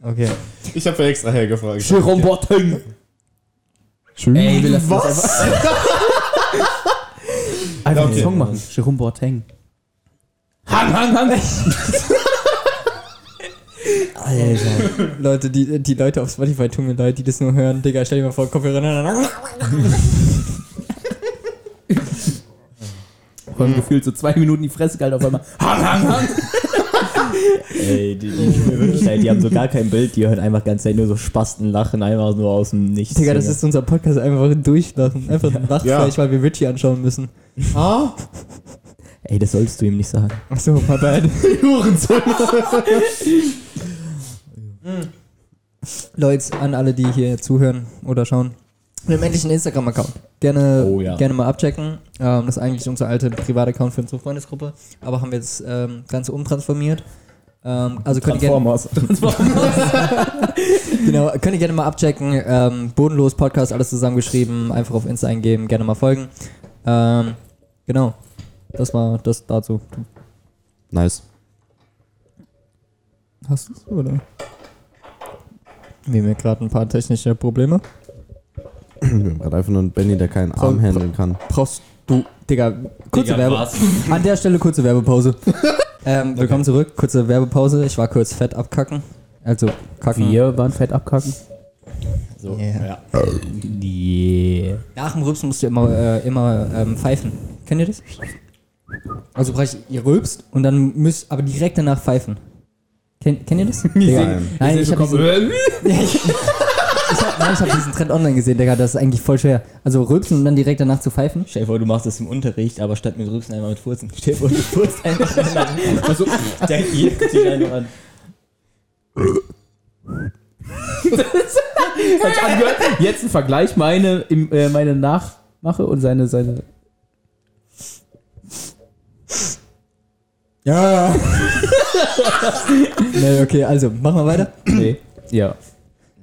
Speaker 1: Okay.
Speaker 4: Ich habe ja extra hergefragt.
Speaker 5: Jerome Boateng. Ey, wir lassen das
Speaker 4: Was?
Speaker 5: einfach,
Speaker 1: Ah,
Speaker 5: einfach einen
Speaker 4: Okay.
Speaker 5: Song machen. Jerome Boateng. Hang, hang, hang.
Speaker 1: Alter. Leute, die, die Leute auf Spotify tun mir leid, die das nur hören. Digga, stell dir mal vor, Kopfhörer.
Speaker 5: Vor allem gefühlt so zwei Minuten die Fresse gehalten auf einmal. Hang, hang, hang.
Speaker 3: Ey, die, die, tun mir wirklich leid, die haben so gar kein Bild, die hören einfach ganz nur so Spasten lachen, einfach nur aus dem Nichts.
Speaker 1: Digga, das ist unser Podcast einfach durchlachen. Einfach ein Lachfleisch, weil wir Richie anschauen müssen.
Speaker 4: Ah?
Speaker 3: Ey, das solltest du ihm nicht sagen.
Speaker 1: Achso, my bad. Leute, an alle, die hier zuhören oder schauen. Wir haben endlich einen Instagram-Account. Gerne,
Speaker 3: Oh ja.
Speaker 1: gerne mal abchecken. Ähm, das ist eigentlich unser alter Privataccount für unsere Freundesgruppe. Aber haben wir jetzt ähm, ganz umtransformiert. Ähm, also könnt ihr, gerne,
Speaker 3: Transformers.
Speaker 1: genau, könnt ihr gerne mal abchecken. Ähm, bodenlos Podcast, alles zusammengeschrieben. Einfach auf Insta eingeben, gerne mal folgen. Ähm, genau. Das war das dazu.
Speaker 4: Nice.
Speaker 1: Hast du es, oder? Wir haben gerade ein paar technische Probleme.
Speaker 4: Wir haben gerade einfach nur einen Benny, der keinen Arm handeln kann.
Speaker 1: Brauchst du. Digga, kurze
Speaker 3: Digga,
Speaker 1: Werbe.
Speaker 3: was?
Speaker 1: An der Stelle kurze Werbepause. ähm, Willkommen zurück, kurze Werbepause. Ich war kurz fett abkacken. Also kacken.
Speaker 5: Wir waren fett abkacken.
Speaker 3: So,
Speaker 1: Yeah.
Speaker 3: ja. Yeah.
Speaker 1: Nach dem Rülpsen musst du immer, äh, immer ähm, pfeifen. Kennt ihr das? Also praktisch, ihr rülpst und dann müsst aber direkt danach pfeifen. Kennt, kennt ihr das? Digga,
Speaker 4: singen-
Speaker 1: nein, ich habe diesen, Äh, ich hab, nein, ich hab diesen Trend online gesehen, Digga. Das ist eigentlich voll schwer. Also rülpsen und dann direkt danach zu pfeifen.
Speaker 3: Stell dir vor, du machst das im Unterricht, aber statt mit Rübsen einmal mit Furzen. Stell dir vor, du furzt einfach mit Also, der hier guckt dich einfach an.
Speaker 5: Hat's angehört? Jetzt ein Vergleich, meine, im, äh, meine Nachmache und seine, seine.
Speaker 1: Ja. nee, okay, also machen wir weiter.
Speaker 5: Nee. Ja.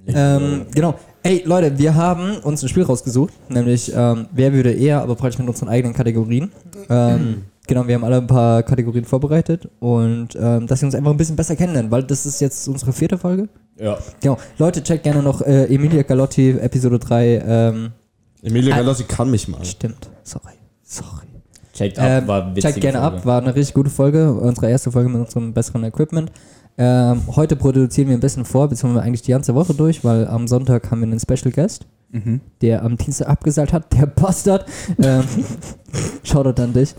Speaker 1: Ähm, genau. Ey, Leute, wir haben uns ein Spiel rausgesucht, nämlich ähm, Wer würde eher, aber praktisch mit unseren eigenen Kategorien. Ähm, genau, wir haben alle ein paar Kategorien vorbereitet und ähm, dass wir uns einfach ein bisschen besser kennenlernen, weil das ist jetzt unsere vierte Folge.
Speaker 3: Ja.
Speaker 1: Genau. Leute, checkt gerne noch äh, Emilia Galotti, Episode 3. Ähm,
Speaker 4: Emilia Galotti kann mich mal.
Speaker 1: stimmt, sorry, sorry.
Speaker 3: Checkt ab,
Speaker 1: Ähm,
Speaker 3: war witzig.
Speaker 1: checkt gerne ab, war eine richtig gute Folge. Unsere erste Folge mit unserem besseren Equipment. Ähm, heute produzieren wir ein bisschen vor, beziehungsweise eigentlich die ganze Woche durch, weil am Sonntag haben wir einen Special Guest,
Speaker 3: Mhm.
Speaker 1: der am Dienstag abgesagt hat, der Bastard. Ähm, Shoutout an dich.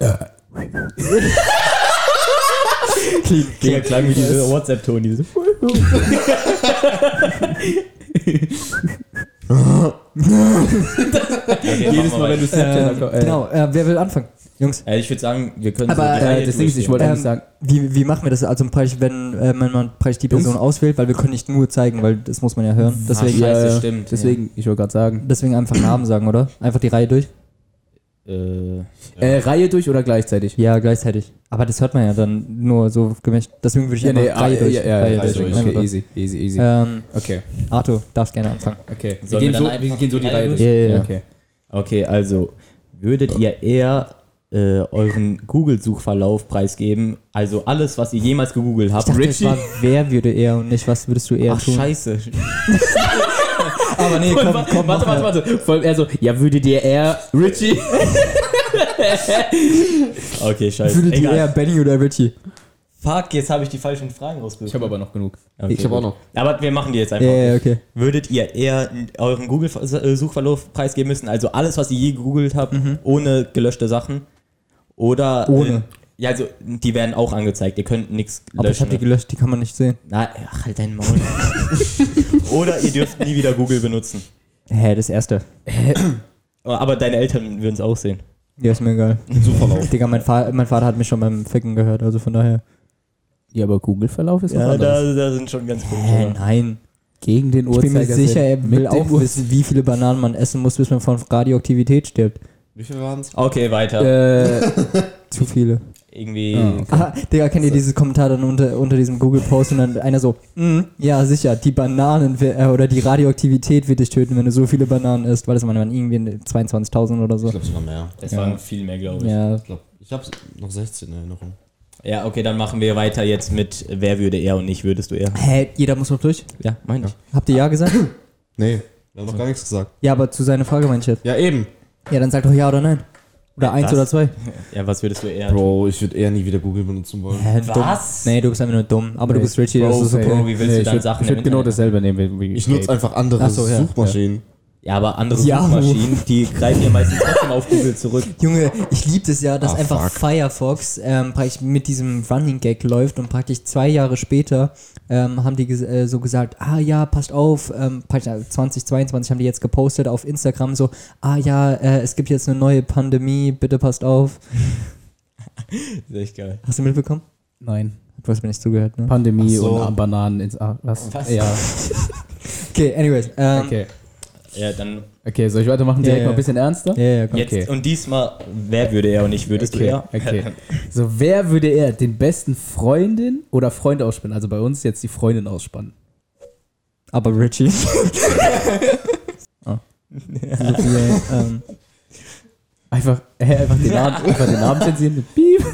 Speaker 1: Clean,
Speaker 3: Digga, klang wie diese WhatsApp-Ton, diese.
Speaker 5: Jedes Mal, wenn du Snapchat
Speaker 1: Ähm, genau, äh, wer will anfangen? Jungs.
Speaker 3: Äh, ich würde sagen, wir können
Speaker 1: Aber,
Speaker 3: so drei
Speaker 1: äh,
Speaker 5: das Ding ist, ich wollte
Speaker 1: Ähm,
Speaker 5: eigentlich sagen,
Speaker 1: Wie, wie machen wir das? Also, praktisch, wenn, äh, wenn man praktisch die Person auswählt, weil wir können nicht nur zeigen, weil das muss man ja hören. Deswegen,
Speaker 3: scheiße,
Speaker 5: ja,
Speaker 3: stimmt,
Speaker 5: äh, Deswegen, ich wollte gerade sagen.
Speaker 1: deswegen einfach Namen sagen, oder? Einfach die Reihe durch.
Speaker 3: äh,
Speaker 5: Äh, Reihe durch oder gleichzeitig?
Speaker 1: Ja, gleichzeitig. Aber das hört man ja dann nur so gemischt. Deswegen würde ich einfach nee, Reihe
Speaker 5: ah,
Speaker 1: durch.
Speaker 5: ja, ja,
Speaker 1: Reihe
Speaker 5: ja,
Speaker 1: durch.
Speaker 5: deswegen,
Speaker 1: Einfach
Speaker 5: okay,
Speaker 1: durch.
Speaker 5: easy, easy, easy.
Speaker 1: Ähm,
Speaker 5: okay,
Speaker 1: Arthur, darfst gerne anfangen.
Speaker 5: okay. Wir
Speaker 3: Sollen wir
Speaker 5: gehen,
Speaker 3: dann
Speaker 5: so, wir
Speaker 3: einfach
Speaker 5: gehen so die
Speaker 3: die
Speaker 5: Reihe
Speaker 3: Reihe
Speaker 5: durch.
Speaker 1: Ja, ja, ja.
Speaker 5: Okay.
Speaker 3: Okay, also würdet ihr eher äh, euren Google-Suchverlauf preisgeben, also alles, was ihr jemals gegoogelt habt,
Speaker 1: Ich dachte, es war, wer würde er und nicht, was würdest du eher
Speaker 3: Ach,
Speaker 1: tun?
Speaker 3: scheiße.
Speaker 1: Aber nee, komm, komm,
Speaker 5: warte,
Speaker 1: mach
Speaker 5: warte, warte. Vor allem er so, ja, würdet ihr eher Richie?
Speaker 3: Okay, scheiße.
Speaker 1: Würdet ihr eher
Speaker 3: Egal.
Speaker 1: Benny oder Richie?
Speaker 3: Fuck, jetzt habe ich die falschen Fragen rausgesucht.
Speaker 5: Ich habe aber noch genug.
Speaker 3: Okay,
Speaker 4: Ich habe auch
Speaker 3: gut.
Speaker 4: noch.
Speaker 3: Aber wir machen die jetzt
Speaker 1: Ja,
Speaker 3: einfach.
Speaker 1: ja, okay.
Speaker 3: Würdet ihr eher euren Google-Suchverlauf preisgeben müssen? Also alles, was ihr je gegoogelt habt, ohne gelöschte Sachen? Oder.
Speaker 1: Ohne.
Speaker 3: Äh, ja, also die werden auch angezeigt. Ihr könnt nichts
Speaker 1: Aber ich habe die
Speaker 3: löschen. ne?
Speaker 1: gelöscht, die kann man nicht sehen.
Speaker 3: Na, ach, halt dein Maul. Oder ihr dürft nie wieder Google benutzen.
Speaker 1: Hä, das erste.
Speaker 3: Aber deine Eltern würden es auch sehen.
Speaker 1: Ja, ist mir egal.
Speaker 4: Suchverlauf.
Speaker 1: Digga, mein, Fa mein Vater hat mich schon beim Ficken gehört, also von daher.
Speaker 5: Ja, aber Google-Verlauf ist was
Speaker 3: Ja,
Speaker 5: anderes.
Speaker 3: da, da sind schon ganz
Speaker 1: Hä,
Speaker 3: komische.
Speaker 1: nein.
Speaker 5: Gegen den
Speaker 1: Ich bin
Speaker 5: Uhrzeigersinn.
Speaker 1: mir sicher, er will
Speaker 5: Mit
Speaker 1: auch
Speaker 5: dem Uhr-
Speaker 1: wissen, wie viele Bananen man essen muss, bis man von Radioaktivität stirbt.
Speaker 4: Wie viel waren's?
Speaker 3: Okay, weiter.
Speaker 5: Äh,
Speaker 1: Zu viele.
Speaker 3: Irgendwie.
Speaker 1: Ah, Digga, kennt ihr dieses Kommentar dann unter, unter diesem Google-Post und dann einer so, "Mm, ja sicher, die Bananen wi- äh, oder die Radioaktivität wird dich töten, wenn du so viele Bananen isst, weil das waren dann irgendwie 22.000 oder so.
Speaker 4: Ich glaube sogar mehr.
Speaker 3: Es waren viel mehr, glaube ich. Ja.
Speaker 1: Ja,
Speaker 4: Ich glaube, ich habe noch 16 in Erinnerung.
Speaker 3: okay, dann machen wir weiter jetzt mit Wer würde er und nicht würdest du er?
Speaker 1: Hä, jeder muss noch durch?
Speaker 3: Ja, meine ich.
Speaker 1: Habt ihr Ja gesagt?
Speaker 4: Nee, wir haben noch gar nichts gesagt.
Speaker 1: Ja, aber zu seiner Frage, mein Chat.
Speaker 4: Ja, eben.
Speaker 1: Ja, dann sag doch Ja oder Nein. Oder eins
Speaker 3: Was?
Speaker 1: oder zwei.
Speaker 3: Ja, was würdest du eher
Speaker 4: Bro, ich würde eher nie wieder Google benutzen wollen.
Speaker 1: Hä,
Speaker 3: Was?
Speaker 1: Dumm. Nee, du bist einfach nur dumm. Aber du
Speaker 5: Nee.
Speaker 1: bist Richie, das ist okay.
Speaker 3: Bro, wie willst du
Speaker 5: Oh, ich
Speaker 3: dann
Speaker 5: würd-
Speaker 3: Sachen
Speaker 5: Ich würde
Speaker 3: im
Speaker 5: genau
Speaker 3: Internet?
Speaker 5: dasselbe nehmen. Wie, wie
Speaker 4: Ich nutze einfach andere
Speaker 1: Ach so, ja.
Speaker 4: Suchmaschinen.
Speaker 3: Ja, aber andere
Speaker 1: Yahoo.
Speaker 3: Suchmaschinen, die greifen ja meistens trotzdem auf Google zurück.
Speaker 1: Junge, ich liebe es ja, dass
Speaker 4: Ah,
Speaker 1: einfach
Speaker 4: fuck.
Speaker 1: Firefox ähm, praktisch mit diesem Running Gag läuft und praktisch zwei Jahre später ähm, haben die ges- äh, so gesagt, ah ja, passt auf, ähm, praktisch, äh, 2022 haben die jetzt gepostet auf Instagram so, ah ja, äh, es gibt jetzt eine neue Pandemie, bitte passt auf.
Speaker 3: Das ist echt geil.
Speaker 1: Hast du mitbekommen?
Speaker 5: Nein.
Speaker 1: Du hast mir nicht zugehört, ne?
Speaker 5: Pandemie
Speaker 4: Ach so.
Speaker 5: und Bananen ins Ar was?
Speaker 3: Was?
Speaker 5: Ja,
Speaker 1: Okay, anyways. Ähm,
Speaker 5: okay.
Speaker 3: Ja, dann
Speaker 5: Okay, soll ich weitermachen? Direkt
Speaker 1: Ja, ja.
Speaker 5: mal ein bisschen ernster?
Speaker 1: Ja, ja, komm.
Speaker 3: jetzt
Speaker 5: Okay.
Speaker 3: und diesmal, wer würde er und nicht würdest du
Speaker 5: Okay,
Speaker 3: er?
Speaker 5: okay. So, wer würde eher den besten Freundin oder Freund ausspannen? Also bei uns jetzt die Freundin ausspannen.
Speaker 1: Aber Richie. Ah. Sophia, ähm,
Speaker 5: Einfach, äh, einfach den Namen, einfach den Namen zensieren. Piep.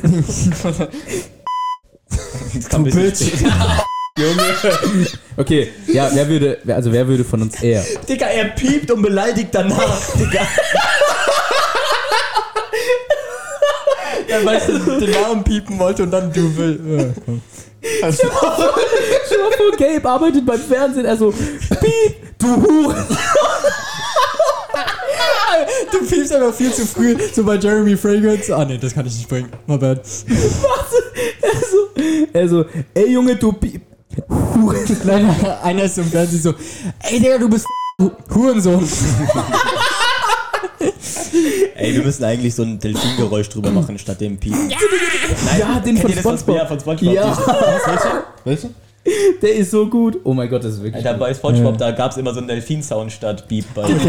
Speaker 3: Das kam ein bisschen spät.
Speaker 5: Okay, ja, wer würde, wer- also wer würde von uns eher?
Speaker 3: Digga, er piept und beleidigt danach, Digga. Ja, weißt du, den Namen piepen wollte und dann du will.
Speaker 5: Stell dir mal vor, Gabe arbeitet beim Fernsehen, also Piep, du Hure.
Speaker 1: Du piepst einfach viel zu früh, so bei Jeremy Fragrance. Ah, nee, das kann ich nicht bringen. My bad.
Speaker 5: Also, ey Junge, du Piep.
Speaker 1: Nein, einer ist im Fernsehen so, ey Digga, du bist Hurensohn.
Speaker 3: Ey, wir müssen eigentlich so ein Delfingeräusch drüber machen, statt dem Piepen.
Speaker 5: Ja, den
Speaker 3: Kennt ihr
Speaker 5: von
Speaker 3: das
Speaker 5: SpongeBob.
Speaker 3: Ja, von SpongeBob.
Speaker 5: Ja.
Speaker 4: Welche?
Speaker 5: Der ist so gut. Oh mein Gott, das ist wirklich.
Speaker 3: Alter, bei SpongeBob, da gab es immer so einen Delfin-Sound statt Beep bei.
Speaker 5: Genau.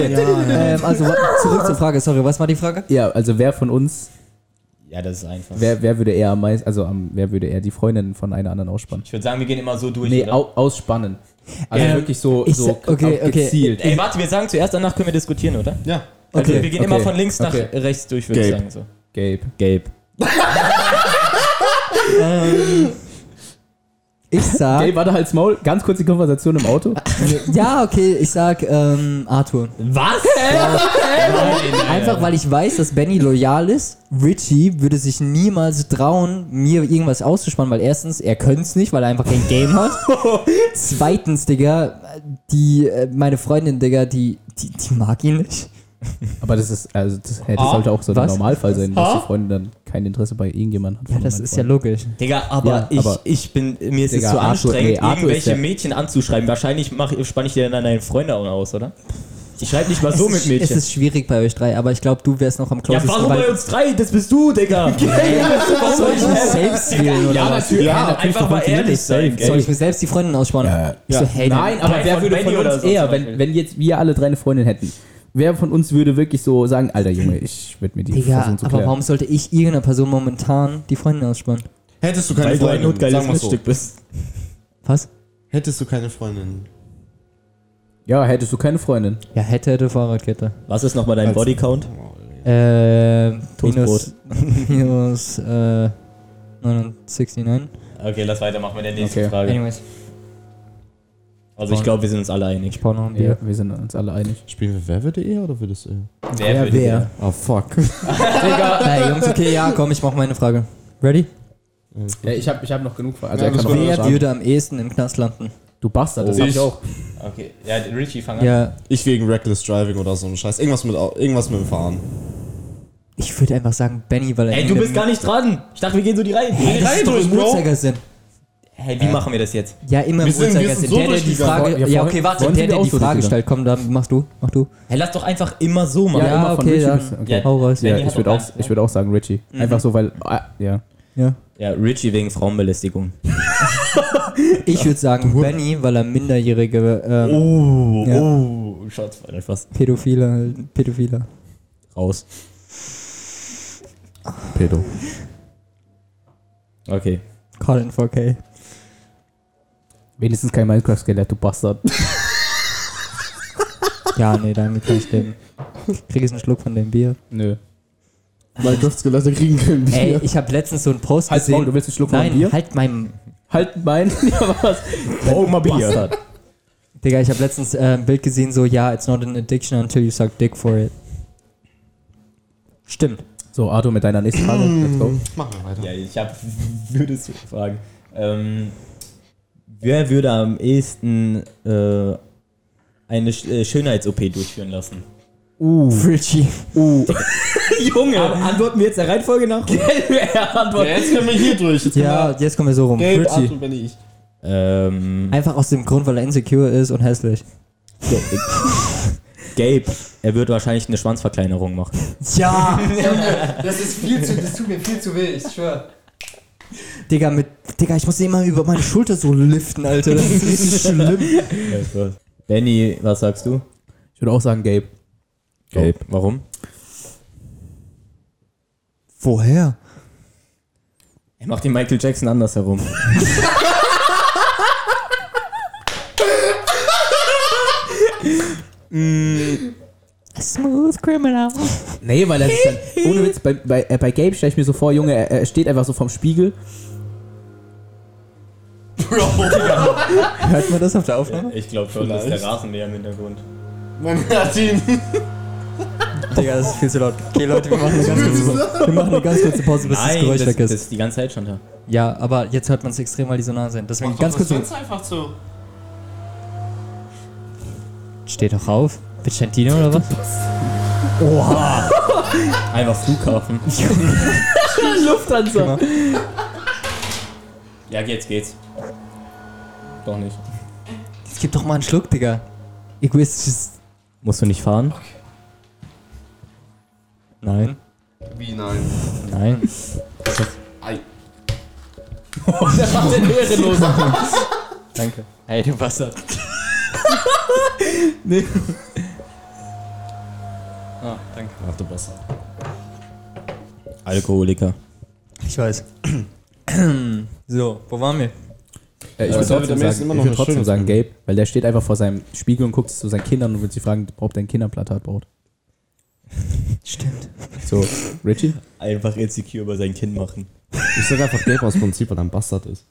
Speaker 1: Ähm, also wa- zurück zur Frage, sorry, was war die Frage?
Speaker 5: Ja, also wer von uns,
Speaker 3: Ja, das ist einfach.
Speaker 5: wer, wer würde eher am meisten, also am, wer würde eher die Freundin von einer anderen ausspannen?
Speaker 3: Ich würde sagen, wir gehen immer so durch.
Speaker 5: Nee,
Speaker 3: oder?
Speaker 5: au, ausspannen. Also
Speaker 1: Ähm,
Speaker 5: wirklich so,
Speaker 1: ich
Speaker 5: so
Speaker 1: sa- okay,
Speaker 5: auf
Speaker 1: okay.
Speaker 5: gezielt.
Speaker 3: Ey, warte, wir sagen zuerst, danach können wir diskutieren, oder?
Speaker 4: Ja.
Speaker 3: Also
Speaker 1: Okay,
Speaker 3: wir gehen
Speaker 5: okay,
Speaker 3: immer von links
Speaker 5: okay.
Speaker 3: nach rechts durch, würde ich
Speaker 4: Gelb.
Speaker 3: sagen. So.
Speaker 5: Gabe.
Speaker 3: Gelb.
Speaker 1: Ich sag,
Speaker 5: Gabe, warte halt's Maul. Ganz kurz die Konversation im Auto.
Speaker 1: ja, okay, ich sag ähm, Arthur.
Speaker 3: Was?
Speaker 1: Einfach weil ich weiß, dass Benny loyal ist. Richie würde sich niemals trauen, mir irgendwas auszuspannen, weil erstens, er könnte es nicht, weil er einfach kein Game hat. Zweitens, Digga, die, äh, meine Freundin, Digga, die, die, die mag ihn nicht.
Speaker 5: Aber das ist, also das, hä, das sollte auch so ein
Speaker 1: Was?
Speaker 5: Normalfall sein, dass die Freundin dann kein Interesse bei irgendjemandem hat.
Speaker 1: Ja, das ist ja logisch.
Speaker 3: Digga, aber,
Speaker 5: Ja,
Speaker 3: ich,
Speaker 5: aber-
Speaker 3: ich bin, mir ist
Speaker 5: Digga,
Speaker 3: es zu
Speaker 5: Arthur-
Speaker 3: anstrengend,
Speaker 5: nee, Arthur ist
Speaker 3: irgendwelche
Speaker 5: der-
Speaker 3: Mädchen anzuschreiben. Wahrscheinlich mach, spann ich dir dann deinen Freund auch aus, oder? Ich schreibe nicht mal so mit
Speaker 1: Es
Speaker 3: Mädchen.
Speaker 1: ist schwierig bei euch drei, aber ich glaube, du wärst noch am
Speaker 3: Ja,
Speaker 1: closesten.
Speaker 3: warum bei uns drei? Das bist du, Digga.
Speaker 1: weil, soll ich mich selbst wählen oder was?
Speaker 3: natürlich. einfach mal ehrlich sein,
Speaker 1: Soll
Speaker 3: gell?
Speaker 1: ich mir selbst die Freundin ausspannen? Ich so, hey,
Speaker 5: Nein, aber
Speaker 3: Nein,
Speaker 5: wer
Speaker 3: von
Speaker 5: würde
Speaker 3: Benny
Speaker 5: von
Speaker 3: oder
Speaker 5: uns
Speaker 3: so
Speaker 5: eher,
Speaker 3: zum
Speaker 5: wenn,
Speaker 3: Beispiel.
Speaker 5: wenn jetzt wir alle drei eine Freundin hätten, wer von uns würde wirklich so sagen, Alter Junge, ich würde mir die
Speaker 1: Digga,
Speaker 5: versuchen zu
Speaker 1: aber
Speaker 5: klären.
Speaker 1: warum sollte ich irgendeiner Person momentan die Freundin ausspannen?
Speaker 4: Hättest du keine
Speaker 3: Weil du ein
Speaker 4: Freundin,
Speaker 3: notgeiles
Speaker 4: sagen wir's so.
Speaker 3: Miststück bist.
Speaker 1: Was?
Speaker 4: Hättest du keine Freundin.
Speaker 5: Ja, hättest du keine Freundin.
Speaker 1: Ja, hätte, hätte Fahrradkette.
Speaker 3: Was ist nochmal dein
Speaker 4: Also-
Speaker 3: Bodycount?
Speaker 1: Äh, minus,
Speaker 3: Toastbrot.
Speaker 1: minus, äh, 69.
Speaker 3: Okay, lass weitermachen mit der nächsten
Speaker 5: Okay.
Speaker 3: Frage.
Speaker 1: Anyways.
Speaker 3: Also ich glaube, wir sind uns alle einig.
Speaker 1: Ich brauche noch ein Bier.
Speaker 5: Ja, wir sind uns alle einig.
Speaker 4: Spielen wir wer würde eher oder würdest du eher?
Speaker 5: Wer, wer?
Speaker 4: Ah, fuck.
Speaker 1: Digga. Nein, Jungs, okay, ja, komm, ich mach meine Frage. Ready?
Speaker 5: Ja, ich habe ich hab noch genug Fragen. Also,
Speaker 4: Ja,
Speaker 5: er kann
Speaker 4: das
Speaker 5: noch-
Speaker 4: war-
Speaker 1: Wer würde am ehesten im Knast landen?
Speaker 5: du Bastard, das
Speaker 4: Oh.
Speaker 5: hab ich auch.
Speaker 3: Okay. Ja, Richie, fang
Speaker 1: Ja,
Speaker 4: Ich wegen Reckless Driving oder so ein Scheiß. Irgendwas mit, Au- irgendwas mit dem Fahren.
Speaker 1: ich würde einfach sagen Benny, weil er
Speaker 3: Ey, du bist gar nicht dran. Ich dachte, wir gehen so die Reihe.
Speaker 1: Ey, das ist doch im Uhrzeigersinn.
Speaker 3: Hey, wie machen wir das jetzt?
Speaker 1: Ja, immer im
Speaker 4: Wir sind- wir
Speaker 1: Uhrzeigersinn.
Speaker 4: sind so
Speaker 1: der, der die
Speaker 4: durchgegangen.
Speaker 1: Frage,
Speaker 5: Ja,
Speaker 1: ja,
Speaker 5: vorhin-
Speaker 1: okay, warte,
Speaker 5: vorhin
Speaker 1: der,
Speaker 5: sind wir
Speaker 1: der
Speaker 5: auch
Speaker 1: die
Speaker 5: so
Speaker 1: Frage
Speaker 5: durchgegangen.
Speaker 1: stellt, komm, dann mach du, mach du.
Speaker 3: Hey, lass doch einfach immer so machen.
Speaker 1: Ja,
Speaker 5: immer von
Speaker 1: okay,
Speaker 5: Richie
Speaker 1: dann-
Speaker 5: bis- okay.
Speaker 3: Ja.
Speaker 1: Hau raus.
Speaker 5: Ja,
Speaker 3: Benny
Speaker 5: ich
Speaker 3: hat
Speaker 5: würde
Speaker 3: noch
Speaker 5: auch,
Speaker 3: eins, ne?
Speaker 5: ich würd auch sagen Richie. Einfach so, weil. Ah, ja.
Speaker 1: Ja.
Speaker 3: Ja, Richie wegen Frauenbelästigung.
Speaker 1: Ich würde sagen Benny, weil er minderjährige ähm,
Speaker 3: Oh,
Speaker 1: Ja.
Speaker 3: oh, Schatz, etwas
Speaker 1: Pädophile, halt, Pädophile.
Speaker 3: raus.
Speaker 4: Pedo.
Speaker 3: Okay.
Speaker 1: Colin 4K.
Speaker 5: Wenigstens kein Minecraft-Skelett, du Bastard.
Speaker 1: Ja, nee, damit kann ich leben. Krieg jetzt einen Schluck von dem Bier.
Speaker 5: Nö.
Speaker 2: Minecraft-Skelette kriegen können wir.
Speaker 1: Ey, ich habe letztens so einen Post
Speaker 4: Halt
Speaker 5: Halt's Halt, Maul,
Speaker 1: gesehen.
Speaker 5: du willst einen Schluck von
Speaker 1: Nein,
Speaker 5: einem Bier?
Speaker 1: halt meinem
Speaker 5: Halt mein. ja, was?
Speaker 3: Oh, mal Bier.
Speaker 5: Bastard.
Speaker 1: Digga, ich habe letztens äh, ein Bild gesehen, so, ja, it's not an addiction until you suck dick for it. Stimmt.
Speaker 5: So, Arthur, mit deiner nächsten Frage. Let's go.
Speaker 4: Machen wir weiter.
Speaker 3: Ja, ich hab, würde es fragen. Ähm, wer würde am ehesten äh, eine Sch- äh, Schönheits-OP durchführen lassen?
Speaker 4: Uh.
Speaker 1: Richie.
Speaker 3: Junge!
Speaker 5: Antworten wir jetzt der Reihenfolge nach? er antwortet.
Speaker 4: jetzt können wir hier durch. Jetzt
Speaker 1: Ja, jetzt kommen wir so rum.
Speaker 4: Gabe,
Speaker 1: Richie.
Speaker 4: Arthur, Benny, ich.
Speaker 3: Ähm,
Speaker 1: Einfach aus dem Grund, weil er insecure ist und hässlich.
Speaker 3: Gabe, er wird wahrscheinlich eine Schwanzverkleinerung machen.
Speaker 1: Ja!
Speaker 7: Das ist viel zu, das tut mir viel zu weh, ich schwör.
Speaker 1: Digga, mit, Digga, ich muss den immer über meine Schulter so liften, Alter. Das ist richtig schlimm.
Speaker 3: Benny, was sagst du?
Speaker 5: Ich würde auch sagen Gabe.
Speaker 3: Gabe. Warum?
Speaker 1: Woher?
Speaker 3: Er macht den Michael Jackson andersherum.
Speaker 1: Smooth Criminal.
Speaker 5: Nee, weil das ist dann, ohne Witz, bei, bei, äh, bei Gabe stelle ich mir so vor, Junge, er, er steht einfach so vorm Spiegel.
Speaker 1: Hört man das auf der Aufnahme?
Speaker 3: Ich glaube schon, das ist der Rasenmäher im Hintergrund.
Speaker 4: Man hat ihn.
Speaker 1: Digga, das ist viel zu laut. Okay, Leute, wir machen eine ganz kurze Pause. Wir machen eine ganz kurze Pause, bis das Geräusch weg ist.
Speaker 3: ist die ganze Zeit schon da.
Speaker 1: Ja, aber jetzt hört man es extrem, weil die so nah sind. Deswegen ganz kurz.
Speaker 4: einfach zu.
Speaker 1: Steht doch auf. Vicentino oder was?
Speaker 3: Einfach Flughafen. Genau.
Speaker 5: Lufthansa.
Speaker 3: ja, jetzt geht's. Doch nicht.
Speaker 1: Jetzt gib doch mal einen Schluck, Digga. Egoistisches.
Speaker 3: Musst du nicht fahren? Nein.
Speaker 7: Wie nein?
Speaker 3: Nein.
Speaker 1: Danke. Ey, du Bastard.
Speaker 3: Ah,
Speaker 4: Ach du Bastard.
Speaker 3: Alkoholiker.
Speaker 1: Ich weiß. so, wo waren wir?
Speaker 5: Äh, ich
Speaker 4: Ja,
Speaker 5: würde
Speaker 4: das wäre
Speaker 5: trotzdem,
Speaker 4: mit der nächsten
Speaker 5: sagen,
Speaker 4: immer noch
Speaker 5: ich würd
Speaker 4: eine
Speaker 5: trotzdem
Speaker 4: schöne
Speaker 5: sagen Gabe, weil der steht einfach vor seinem Spiegel und guckt zu seinen Kindern und will sie fragen, ob dein Kinderplatte hat braucht.
Speaker 1: Stimmt.
Speaker 5: So, Richie?
Speaker 3: Einfach insecure über sein Kind machen.
Speaker 4: Ich sag einfach Gabe aus Prinzip, weil er ein Bastard ist.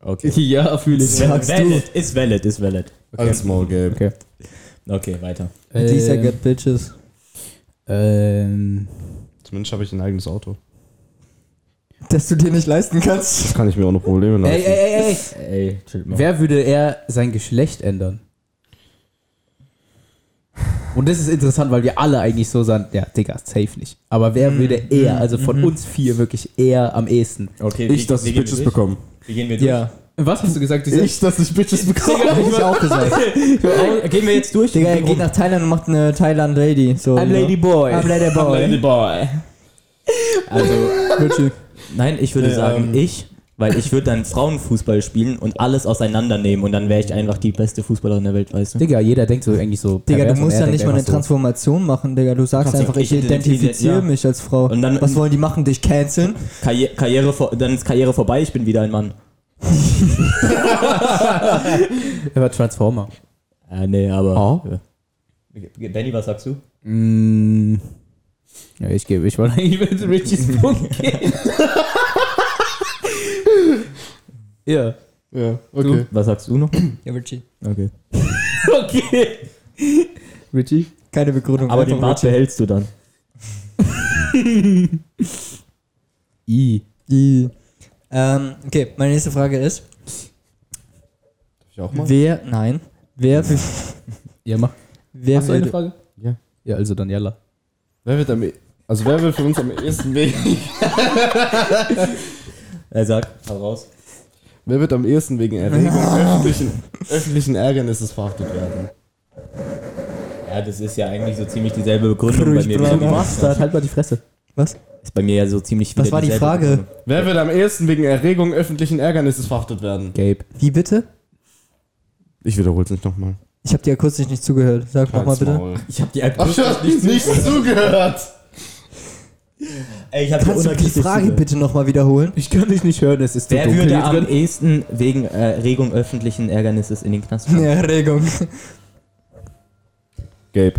Speaker 3: Okay.
Speaker 5: Ja, fühle ich.
Speaker 3: Sagst valid, ist valid, ist valid.
Speaker 4: Alles Maul, Gabe.
Speaker 5: Okay.
Speaker 3: Okay, weiter.
Speaker 1: Lisa
Speaker 5: Ähm,
Speaker 1: get bitches.
Speaker 5: Ähm,
Speaker 4: Zumindest habe ich ein eigenes Auto.
Speaker 1: Dass du dir nicht leisten kannst.
Speaker 4: Das kann ich mir ohne Probleme leisten.
Speaker 5: ey, ey, ey, ey.
Speaker 3: Ey, chill mal.
Speaker 5: Wer würde eher sein Geschlecht ändern? Und das ist interessant, weil wir alle eigentlich so sagen, ja, Digga, safe nicht. Aber wer
Speaker 1: Mm,
Speaker 5: würde eher, also
Speaker 1: mhm.
Speaker 5: von uns vier wirklich eher am ehesten?
Speaker 3: Okay,
Speaker 2: Ich, dass ich
Speaker 3: gehen
Speaker 2: Bitches
Speaker 3: wir durch?
Speaker 2: bekomme.
Speaker 3: Wie gehen wir durch?
Speaker 1: Ja.
Speaker 5: Was hast du gesagt? Diese-
Speaker 2: Ich, dass ich Bitches bekomme.
Speaker 1: Hab ich auch gesagt.
Speaker 3: Ey, Gehen wir jetzt durch?
Speaker 1: Digga, er
Speaker 3: Gehen wir
Speaker 1: geht nach Thailand und macht eine Thailand Lady. So,
Speaker 5: I'm
Speaker 1: ne?
Speaker 5: Lady Boy.
Speaker 1: I'm Lady
Speaker 3: rum.
Speaker 1: Boy.
Speaker 3: Boy. Also,
Speaker 1: Richie.
Speaker 3: nein, ich würde
Speaker 4: Ähm.
Speaker 3: sagen, ich, weil ich würde dann Frauenfußball spielen und alles auseinandernehmen und dann wäre ich einfach die beste Fußballerin der Welt, weißt du?
Speaker 5: Digga, jeder denkt so eigentlich so.
Speaker 1: Digga,
Speaker 5: pervers
Speaker 1: du
Speaker 5: und
Speaker 1: musst
Speaker 5: er
Speaker 1: ja
Speaker 5: denkt
Speaker 1: nicht mal eine
Speaker 5: einfach so.
Speaker 1: Transformation machen, Digga. Du sagst
Speaker 3: Kannst du-
Speaker 1: einfach, ich
Speaker 3: ich
Speaker 1: identifiziere
Speaker 3: identifiziere-
Speaker 1: mich als Frau.
Speaker 3: Und dann-
Speaker 1: Was wollen die machen? Dich canceln?
Speaker 3: Karri Karriere, vor- dann ist Karriere vorbei, ich bin wieder ein Mann.
Speaker 5: Er war Transformer.
Speaker 3: Ah, nee, aber.
Speaker 5: Oh.
Speaker 3: Ja. Danny, was sagst du?
Speaker 5: Mm. Ja, ich gebe, ich wollte eigentlich mit Richies Punkt gehen. ja.
Speaker 4: Ja, okay.
Speaker 3: Was sagst du noch?
Speaker 1: Ja, Richie.
Speaker 3: Okay.
Speaker 5: Okay. Richie?
Speaker 1: Keine Begründung.
Speaker 3: Aber
Speaker 1: einfach
Speaker 3: den Bart
Speaker 1: Richie.
Speaker 3: behältst du dann.
Speaker 5: I.
Speaker 1: I. Ähm, okay, meine nächste Frage ist,
Speaker 4: Darf ich auch mal?
Speaker 1: wer, nein, wer, wür-
Speaker 5: Ja, mach.
Speaker 1: wer
Speaker 5: Hast du eine
Speaker 1: würde,
Speaker 5: Frage?
Speaker 4: Ja.
Speaker 5: Ja, also dann Jalla.
Speaker 4: Wer wird am e also wer wird für uns am ehesten wegen
Speaker 1: Äh,
Speaker 3: Er sagt, hau raus.
Speaker 4: wer wird am ehesten wegen Erregung öffentlichen, öffentlichen Ärgernisses verhaftet werden?
Speaker 3: Ja, das ist ja eigentlich so ziemlich dieselbe Begründung bei mir.
Speaker 1: Furchtbar.
Speaker 3: wie bei mir.
Speaker 5: Bastard, halt mal die Fresse.
Speaker 1: was?
Speaker 3: Ist bei mir ja so ziemlich
Speaker 1: Was
Speaker 3: wieder
Speaker 1: war die
Speaker 3: dieselbe
Speaker 1: Frage?
Speaker 3: Begründung.
Speaker 4: Wer wird am ehesten wegen Erregung öffentlichen Ärgernisses verhaftet werden?
Speaker 5: Gabe.
Speaker 1: Wie bitte?
Speaker 4: Ich wiederhole es nicht nochmal.
Speaker 1: Ich habe dir akustisch nicht zugehört. Sag nochmal bitte.
Speaker 3: Ich hab die
Speaker 4: Ach, ich
Speaker 3: akustisch
Speaker 4: hab
Speaker 3: nicht
Speaker 4: nichts zugehört.
Speaker 3: Ey, ich hab
Speaker 1: Kannst du die
Speaker 3: unaktiv
Speaker 1: Frage
Speaker 3: zugehört.
Speaker 1: bitte nochmal wiederholen?
Speaker 5: Ich kann dich nicht hören, es ist
Speaker 3: Wer würde am ehesten wegen Erregung öffentlichen Ärgernisses in den Knast kommen?
Speaker 1: Erregung.
Speaker 4: Gabe.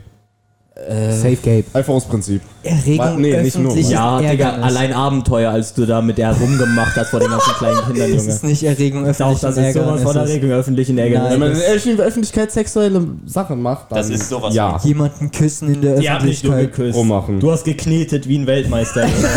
Speaker 5: Safe Gabe.
Speaker 4: Einfach aus Prinzip.
Speaker 1: Erregung
Speaker 4: Warte, nee, nicht nur.
Speaker 1: öffentliches
Speaker 3: Ja, Digga,
Speaker 1: Ärgernis.
Speaker 3: allein Abenteuer, als du da mit der rumgemacht hast vor den ganzen kleinen Kindern,
Speaker 1: Das ist
Speaker 3: Junge.
Speaker 1: nicht Erregung
Speaker 3: Doch,
Speaker 1: öffentlichen
Speaker 3: das ist sowas von
Speaker 1: Ärgernisses.
Speaker 3: Erregung öffentlichen Ärgernisses.
Speaker 4: Wenn man in
Speaker 1: das-
Speaker 4: der öffentlichen Öffentlichkeit sexuelle Sachen macht, dann
Speaker 3: Das ist sowas
Speaker 4: Ja.
Speaker 1: Jemanden küssen in der
Speaker 3: Die haben nicht nur
Speaker 1: Öffentlichkeit.
Speaker 3: geküsst.
Speaker 4: Rummachen.
Speaker 3: Du hast geknetet wie ein Weltmeister. Junge.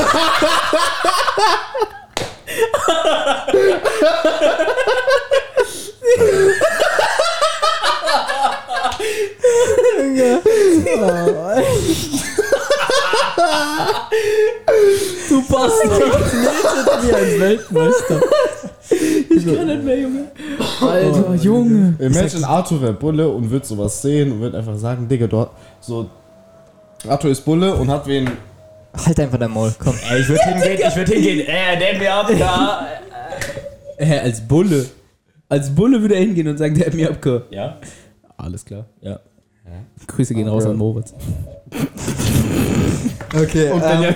Speaker 5: Du Bastard.
Speaker 1: Wie ein Weltmeister.
Speaker 5: Ich kann nicht mehr, Junge. Alter, Junge.
Speaker 4: Imagine Arthur wäre Bulle und wird sowas sehen und wird einfach sagen, Digga, du hast so. Arthur ist Bulle und hat wen.
Speaker 1: Halt einfach dein Maul, komm.
Speaker 3: Ey, ich würde hingehen, ich würde hingehen. Ey, nehmen wir ab da.
Speaker 5: Hä, als Bulle. Als Bulle würde er hingehen und sagen, der hat mir abgehört.
Speaker 3: Ja,
Speaker 5: Alles klar.
Speaker 3: ja.
Speaker 5: Grüße gehen raus an Moritz.
Speaker 1: Okay, ähm,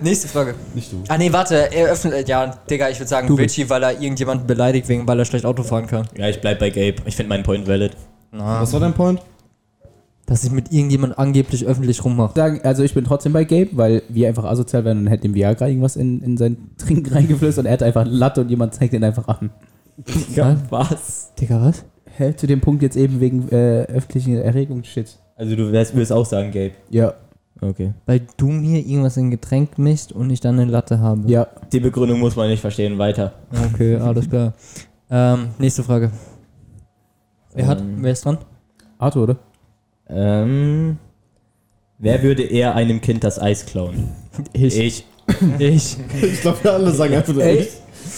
Speaker 1: nächste Frage.
Speaker 4: Nicht du.
Speaker 1: Ah nee, warte, er öffnet, ja, Digga, ich würde sagen
Speaker 5: Du bist-
Speaker 1: Richie, weil er irgendjemanden beleidigt, wegen weil er schlecht Auto fahren kann.
Speaker 3: Ja, ich bleib bei Gabe. Ich finde meinen Point valid.
Speaker 1: Na,
Speaker 4: Was war dein Point?
Speaker 1: dass ich mit irgendjemand angeblich öffentlich rummache.
Speaker 5: Sagen, also ich bin trotzdem bei Gabe, weil wir einfach asozial wären und hätten dem Viagra irgendwas in, in sein Trinken reingeflößt und er hat einfach eine Latte und jemand zeigt ihn einfach an.
Speaker 3: Was?
Speaker 1: Digga, was?
Speaker 5: Hä, zu dem Punkt jetzt eben wegen äh, öffentlichen Erregungsshit.
Speaker 3: Also du wärst- würdest auch sagen, Gabe.
Speaker 5: Ja.
Speaker 3: Okay.
Speaker 1: Weil du mir irgendwas in Getränk mischt und ich dann eine Latte habe.
Speaker 5: Ja.
Speaker 3: Die Begründung muss man nicht verstehen. Weiter.
Speaker 1: Okay, alles klar. ähm, nächste Frage. Wer hat,
Speaker 3: Ähm.
Speaker 1: wer ist dran?
Speaker 5: Arthur, oder?
Speaker 3: Ähm, wer würde eher einem Kind das Eis klauen?
Speaker 1: Ich.
Speaker 3: Ich.
Speaker 1: Ich.
Speaker 4: Ich glaube, wir alle sagen einfach nur ich.
Speaker 5: Äh,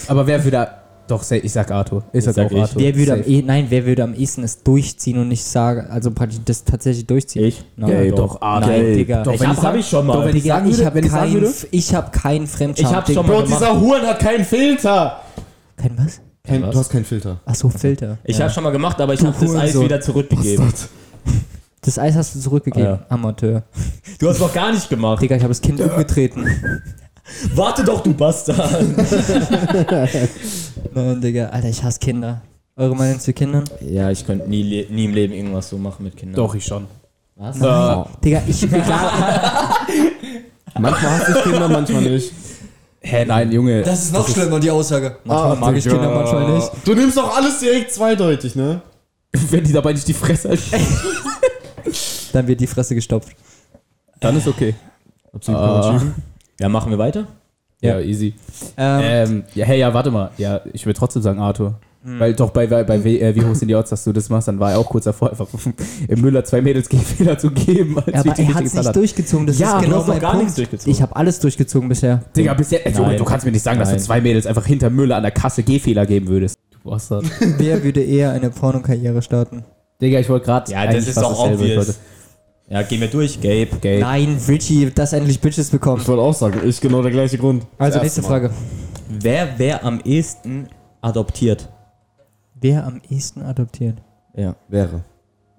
Speaker 5: Aber wer würde. Doch, sa- ich sag Arthur. Ich sag
Speaker 3: sag
Speaker 5: auch
Speaker 3: ich.
Speaker 5: Arthur.
Speaker 1: Wer würde am
Speaker 5: Safe.
Speaker 1: eh, nein, wer würde am ehesten es durchziehen und nicht sagen, also praktisch das tatsächlich durchziehen?
Speaker 3: Ich.
Speaker 1: Nein,
Speaker 5: Ey,
Speaker 1: doch.
Speaker 5: doch, Arthur.
Speaker 1: Nein, Digga.
Speaker 5: Doch,
Speaker 3: Ich
Speaker 5: wenn
Speaker 3: hab,
Speaker 5: ich sag-
Speaker 3: hab ich schon
Speaker 5: Doch,
Speaker 3: mal.
Speaker 5: wenn ich
Speaker 1: Digga,
Speaker 5: sagen
Speaker 1: ich
Speaker 5: würde,
Speaker 1: habe
Speaker 5: wenn ich sagen
Speaker 1: keinen,
Speaker 5: würde-
Speaker 1: F- ich habe keinen Fremdscham.
Speaker 3: Ich hab
Speaker 1: Digga.
Speaker 3: schon mal gemacht.
Speaker 4: Huren hat keinen Filter!
Speaker 1: Kein was?
Speaker 4: Kein,
Speaker 3: was?
Speaker 4: du hast keinen Filter.
Speaker 1: Ach so, Filter.
Speaker 3: Ich habe schon mal gemacht, aber ich
Speaker 1: Du
Speaker 3: habe das Eis
Speaker 1: Hurensohn.
Speaker 3: wieder zurückgegeben.
Speaker 1: Das Eis hast du zurückgegeben,
Speaker 3: Ah,
Speaker 1: Amateur.
Speaker 3: Du hast doch gar nicht gemacht.
Speaker 1: Digga, ich habe das Kind umgetreten.
Speaker 3: Warte doch, du Bastard.
Speaker 1: Nein, Digga, Alter, ich hasse Kinder. Eure Meinung zu Kindern?
Speaker 3: Ja, ich könnte nie, le- nie im Leben irgendwas so machen mit Kindern.
Speaker 5: Doch, ich schon. Äh,
Speaker 3: Was?
Speaker 4: Ja.
Speaker 1: Digga, ich egal.
Speaker 4: Manchmal hast du Kinder, manchmal nicht.
Speaker 5: Hä, nein, Junge.
Speaker 1: Das ist noch schlimmer, die Aussage.
Speaker 5: Ah,
Speaker 1: Manchmal mag ich Kinder, manchmal nicht.
Speaker 4: Du nimmst doch alles direkt zweideutig, ne?
Speaker 5: wenn die dabei nicht die Fresse halten.
Speaker 1: Dann wird die Fresse gestopft.
Speaker 5: Dann ist okay.
Speaker 4: Absolut
Speaker 5: Ah.
Speaker 3: Ja, machen wir weiter?
Speaker 5: Ja, easy.
Speaker 1: Ähm,
Speaker 5: Ähm, ja, hey, ja, warte mal. Ja, ich würde trotzdem sagen Arthur. Weil doch bei, bei, bei W- äh, Wie hoch sind die Odds, dass du das machst, dann war er auch kurz davor, einfach im Müller zwei Mädels gegen Fehler zu geben. Als
Speaker 1: aber
Speaker 5: Vicky
Speaker 1: er
Speaker 5: nicht
Speaker 1: hat's
Speaker 5: gezahlt
Speaker 1: nicht durchgezogen, das ist
Speaker 5: Ja, du
Speaker 1: genau
Speaker 5: hast doch
Speaker 1: mein
Speaker 3: gar nichts
Speaker 1: Punkt.
Speaker 3: durchgezogen.
Speaker 1: Ich habe alles durchgezogen bisher.
Speaker 5: Digga, bisher, ey, Junge,
Speaker 3: Nein.
Speaker 5: du kannst mir nicht sagen, dass
Speaker 3: Nein.
Speaker 5: du zwei Mädels einfach hinter Müller an der Kasse Gehfehler geben würdest. Du Bastard.
Speaker 1: Wer würde eher eine Pornokarriere starten?
Speaker 5: Digga, ich wollte gerade.
Speaker 3: Ja, das ist doch obvious. Ja, gehen wir durch, Gabe.
Speaker 5: Gabe.
Speaker 1: Nein, Richie, dass endlich Bitches bekommen.
Speaker 4: Ich wollte auch sagen, ich genau der gleiche Grund.
Speaker 1: Also
Speaker 4: Das erste
Speaker 1: nächste Frage.
Speaker 3: Wer wäre am ehesten adoptiert?
Speaker 1: Wer am ehesten adoptiert?
Speaker 3: Ja.
Speaker 4: Mal. Wäre.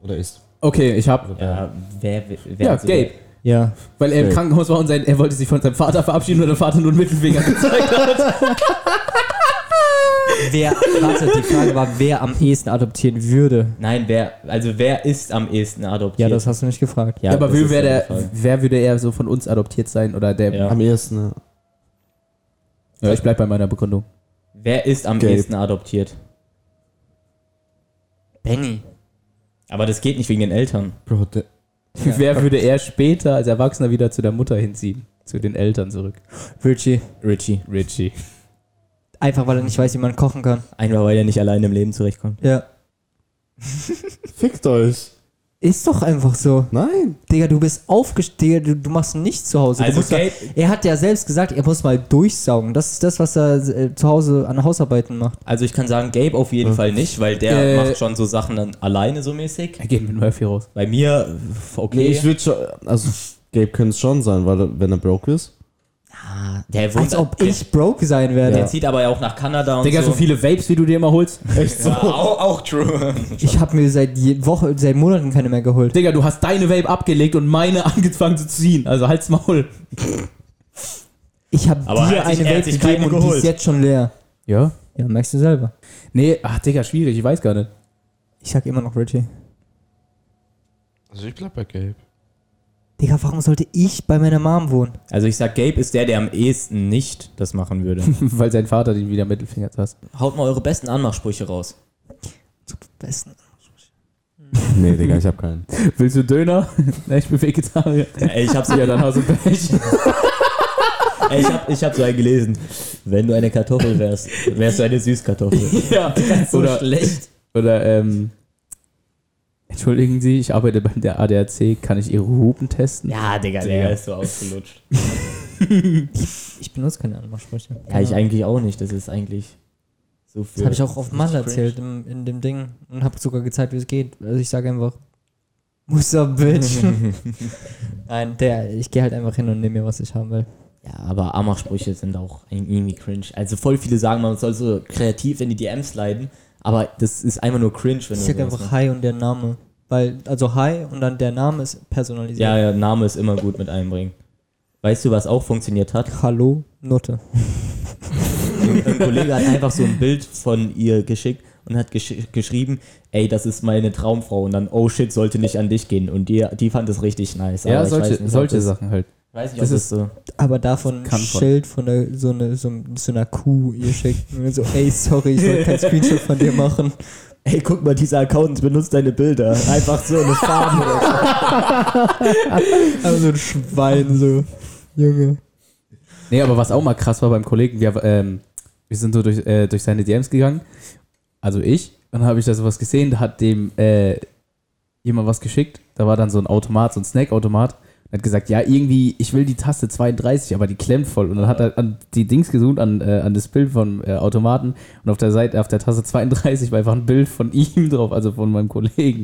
Speaker 4: Oder ist.
Speaker 5: Okay, ich hab.
Speaker 3: Ja, Äh, wer, wer
Speaker 5: Ja,
Speaker 3: also-
Speaker 5: Gabe.
Speaker 1: Ja.
Speaker 5: Weil er im
Speaker 4: Gabe.
Speaker 5: Krankenhaus war und sein, er wollte sich von seinem Vater verabschieden und der Vater nur einen Mittelfinger gezeigt hat.
Speaker 1: Wer, warte, die Frage war, wer am ehesten adoptieren würde.
Speaker 3: Nein, wer, also wer ist am ehesten adoptiert?
Speaker 1: Ja, das hast du nicht gefragt.
Speaker 3: Ja,
Speaker 5: Ja, aber
Speaker 3: das
Speaker 5: wer,
Speaker 3: ist
Speaker 5: wär
Speaker 3: ja
Speaker 5: der,
Speaker 3: die Frage.
Speaker 5: wer würde eher so von uns adoptiert sein oder der.
Speaker 3: Ja.
Speaker 4: Am ehesten, ne?
Speaker 5: Ja, ich bleib bei meiner Begründung.
Speaker 3: Wer ist am
Speaker 4: Gelb.
Speaker 3: ehesten adoptiert?
Speaker 1: Benny.
Speaker 3: Aber das geht nicht wegen den Eltern.
Speaker 4: Bro, der,
Speaker 5: Wer würde eher später als Erwachsener wieder zu der Mutter hinziehen? Zu den Eltern zurück.
Speaker 1: Richie.
Speaker 3: Richie.
Speaker 5: Richie.
Speaker 1: Einfach weil er nicht weiß, wie man kochen kann.
Speaker 3: Einfach weil er nicht alleine im Leben zurechtkommt.
Speaker 1: Ja.
Speaker 4: fickt euch.
Speaker 1: Ist doch einfach so.
Speaker 4: Nein.
Speaker 1: Digga, du bist aufgestiegen, du, du machst nichts zu Hause.
Speaker 3: Also
Speaker 1: du musst mal,
Speaker 3: Gabe-
Speaker 1: er hat ja selbst gesagt, er muss mal durchsaugen. Das ist das, was er äh, zu Hause an Hausarbeiten macht.
Speaker 3: Also ich kann sagen, Gabe auf jeden Fall nicht, weil der
Speaker 5: Äh.
Speaker 3: macht schon so Sachen dann alleine so mäßig.
Speaker 5: Er geht mit Murphy raus.
Speaker 3: Bei mir, okay.
Speaker 4: Nee, ich würde schon. Also, Gabe könnte es schon sein, weil er- wenn er broke ist.
Speaker 3: der wohnt,
Speaker 1: Als ob
Speaker 3: der,
Speaker 1: ich broke sein werde.
Speaker 3: der zieht aber ja auch nach Kanada und
Speaker 5: Digga, so
Speaker 3: so.
Speaker 5: viele Vapes, wie du dir immer holst.
Speaker 4: Echt so?
Speaker 3: Auch, auch true.
Speaker 1: Ich habe mir seit je Woche, seit Monaten keine mehr geholt.
Speaker 5: Digga, du hast deine Vape abgelegt und meine angefangen zu ziehen. Also halt's Maul.
Speaker 1: Ich habe
Speaker 3: Aber er
Speaker 1: dir
Speaker 3: hat
Speaker 1: eine
Speaker 3: sich- er hat
Speaker 1: Welt
Speaker 3: sich
Speaker 1: gegeben
Speaker 3: keine
Speaker 1: und die
Speaker 3: geholt.
Speaker 1: ist jetzt schon leer.
Speaker 5: Ja?
Speaker 1: Ja, merkst du selber.
Speaker 5: Nee, ach Digga, schwierig, ich weiß gar nicht.
Speaker 1: Ich sag immer noch Richie.
Speaker 8: Also ich bleib bei Gelb.
Speaker 1: Digga, warum sollte ich bei meiner Mom wohnen?
Speaker 3: Also ich sag, Gabe ist der, der am ehesten nicht das machen würde.
Speaker 5: Weil sein Vater den wieder Mittelfinger hat.
Speaker 3: Haut mal eure besten Anmachsprüche raus.
Speaker 1: Besten.
Speaker 4: Nee, Digga, ich hab keinen.
Speaker 5: Willst du Döner? Nee, ich bin Vegetarier.
Speaker 3: Ey, ich hab's
Speaker 5: Ja, dann hast du Pech.
Speaker 3: Ey, ich, hab, ich hab so einen gelesen. Wenn du eine Kartoffel wärst, wärst du eine Süßkartoffel.
Speaker 5: ja. Oder,
Speaker 3: schlecht.
Speaker 5: oder ähm. Entschuldigen Sie, ich arbeite bei der ADAC. Kann ich Ihre Hupen testen?
Speaker 3: Ja, Digga,
Speaker 5: Digga.
Speaker 3: der ist so ausgelutscht.
Speaker 1: Ich benutze keine Anmachsprüche.
Speaker 3: Ja, ich eigentlich auch nicht. Das ist eigentlich so
Speaker 1: Das
Speaker 3: viel.
Speaker 1: habe ich auch auf Mann erzählt im, in dem Ding und habe sogar gezeigt, wie es geht. Also ich sage einfach, Musa Bitch. Nein, der, ich gehe halt einfach hin und nehme mir, was ich haben will.
Speaker 3: Ja, aber Amachsprüche sind auch ein- irgendwie cringe. Also voll viele sagen, man soll so kreativ in die DMs leiden, aber das ist einfach nur cringe, wenn
Speaker 1: Ich
Speaker 3: du
Speaker 1: sag
Speaker 3: sowas
Speaker 1: einfach
Speaker 3: machst.
Speaker 1: Hi und der Name. Weil, also Hi und dann der Name ist personalisiert.
Speaker 3: Ja, ja, Name ist immer gut mit einbringen. Weißt du, was auch funktioniert hat?
Speaker 1: Hallo, Nutte.
Speaker 3: Ein Kollege hat einfach so ein Bild von ihr geschickt und hat gesch geschrieben, ey, das ist meine Traumfrau und dann, oh shit, sollte nicht an dich gehen. Und die, die fand es richtig nice.
Speaker 5: Ja,
Speaker 3: aber ich
Speaker 5: solche,
Speaker 3: weiß nicht, ob
Speaker 5: solche
Speaker 3: das-
Speaker 5: Sachen halt.
Speaker 3: Weiß nicht, ob
Speaker 5: Das
Speaker 3: das
Speaker 5: ist-
Speaker 3: ist so.
Speaker 1: Aber davon ein
Speaker 5: Kann voll.
Speaker 1: Schild von der, so, eine, so, so einer Kuh ihr schickt. Und so, ey, sorry, ich wollte kein Screenshot von dir machen.
Speaker 3: Ey, guck mal, dieser Account benutzt deine Bilder. Einfach so eine Farbe. oder so.
Speaker 1: Aber so ein Schwein, so. Junge.
Speaker 5: Nee, aber was auch mal krass war beim Kollegen, wir, ähm, wir sind so durch, äh, durch seine DMs gegangen, also ich, und dann habe ich da sowas gesehen, da hat dem äh, jemand was geschickt, da war dann so ein Automat, so ein Snackautomat, und hat gesagt, ja, irgendwie, ich will die Taste 32, aber die klemmt voll. Und dann hat er an die Dings gesucht, an, äh, an das Bild vom äh, Automaten, und auf der Seite, auf der Taste 32 war einfach ein Bild von ihm drauf, also von meinem Kollegen.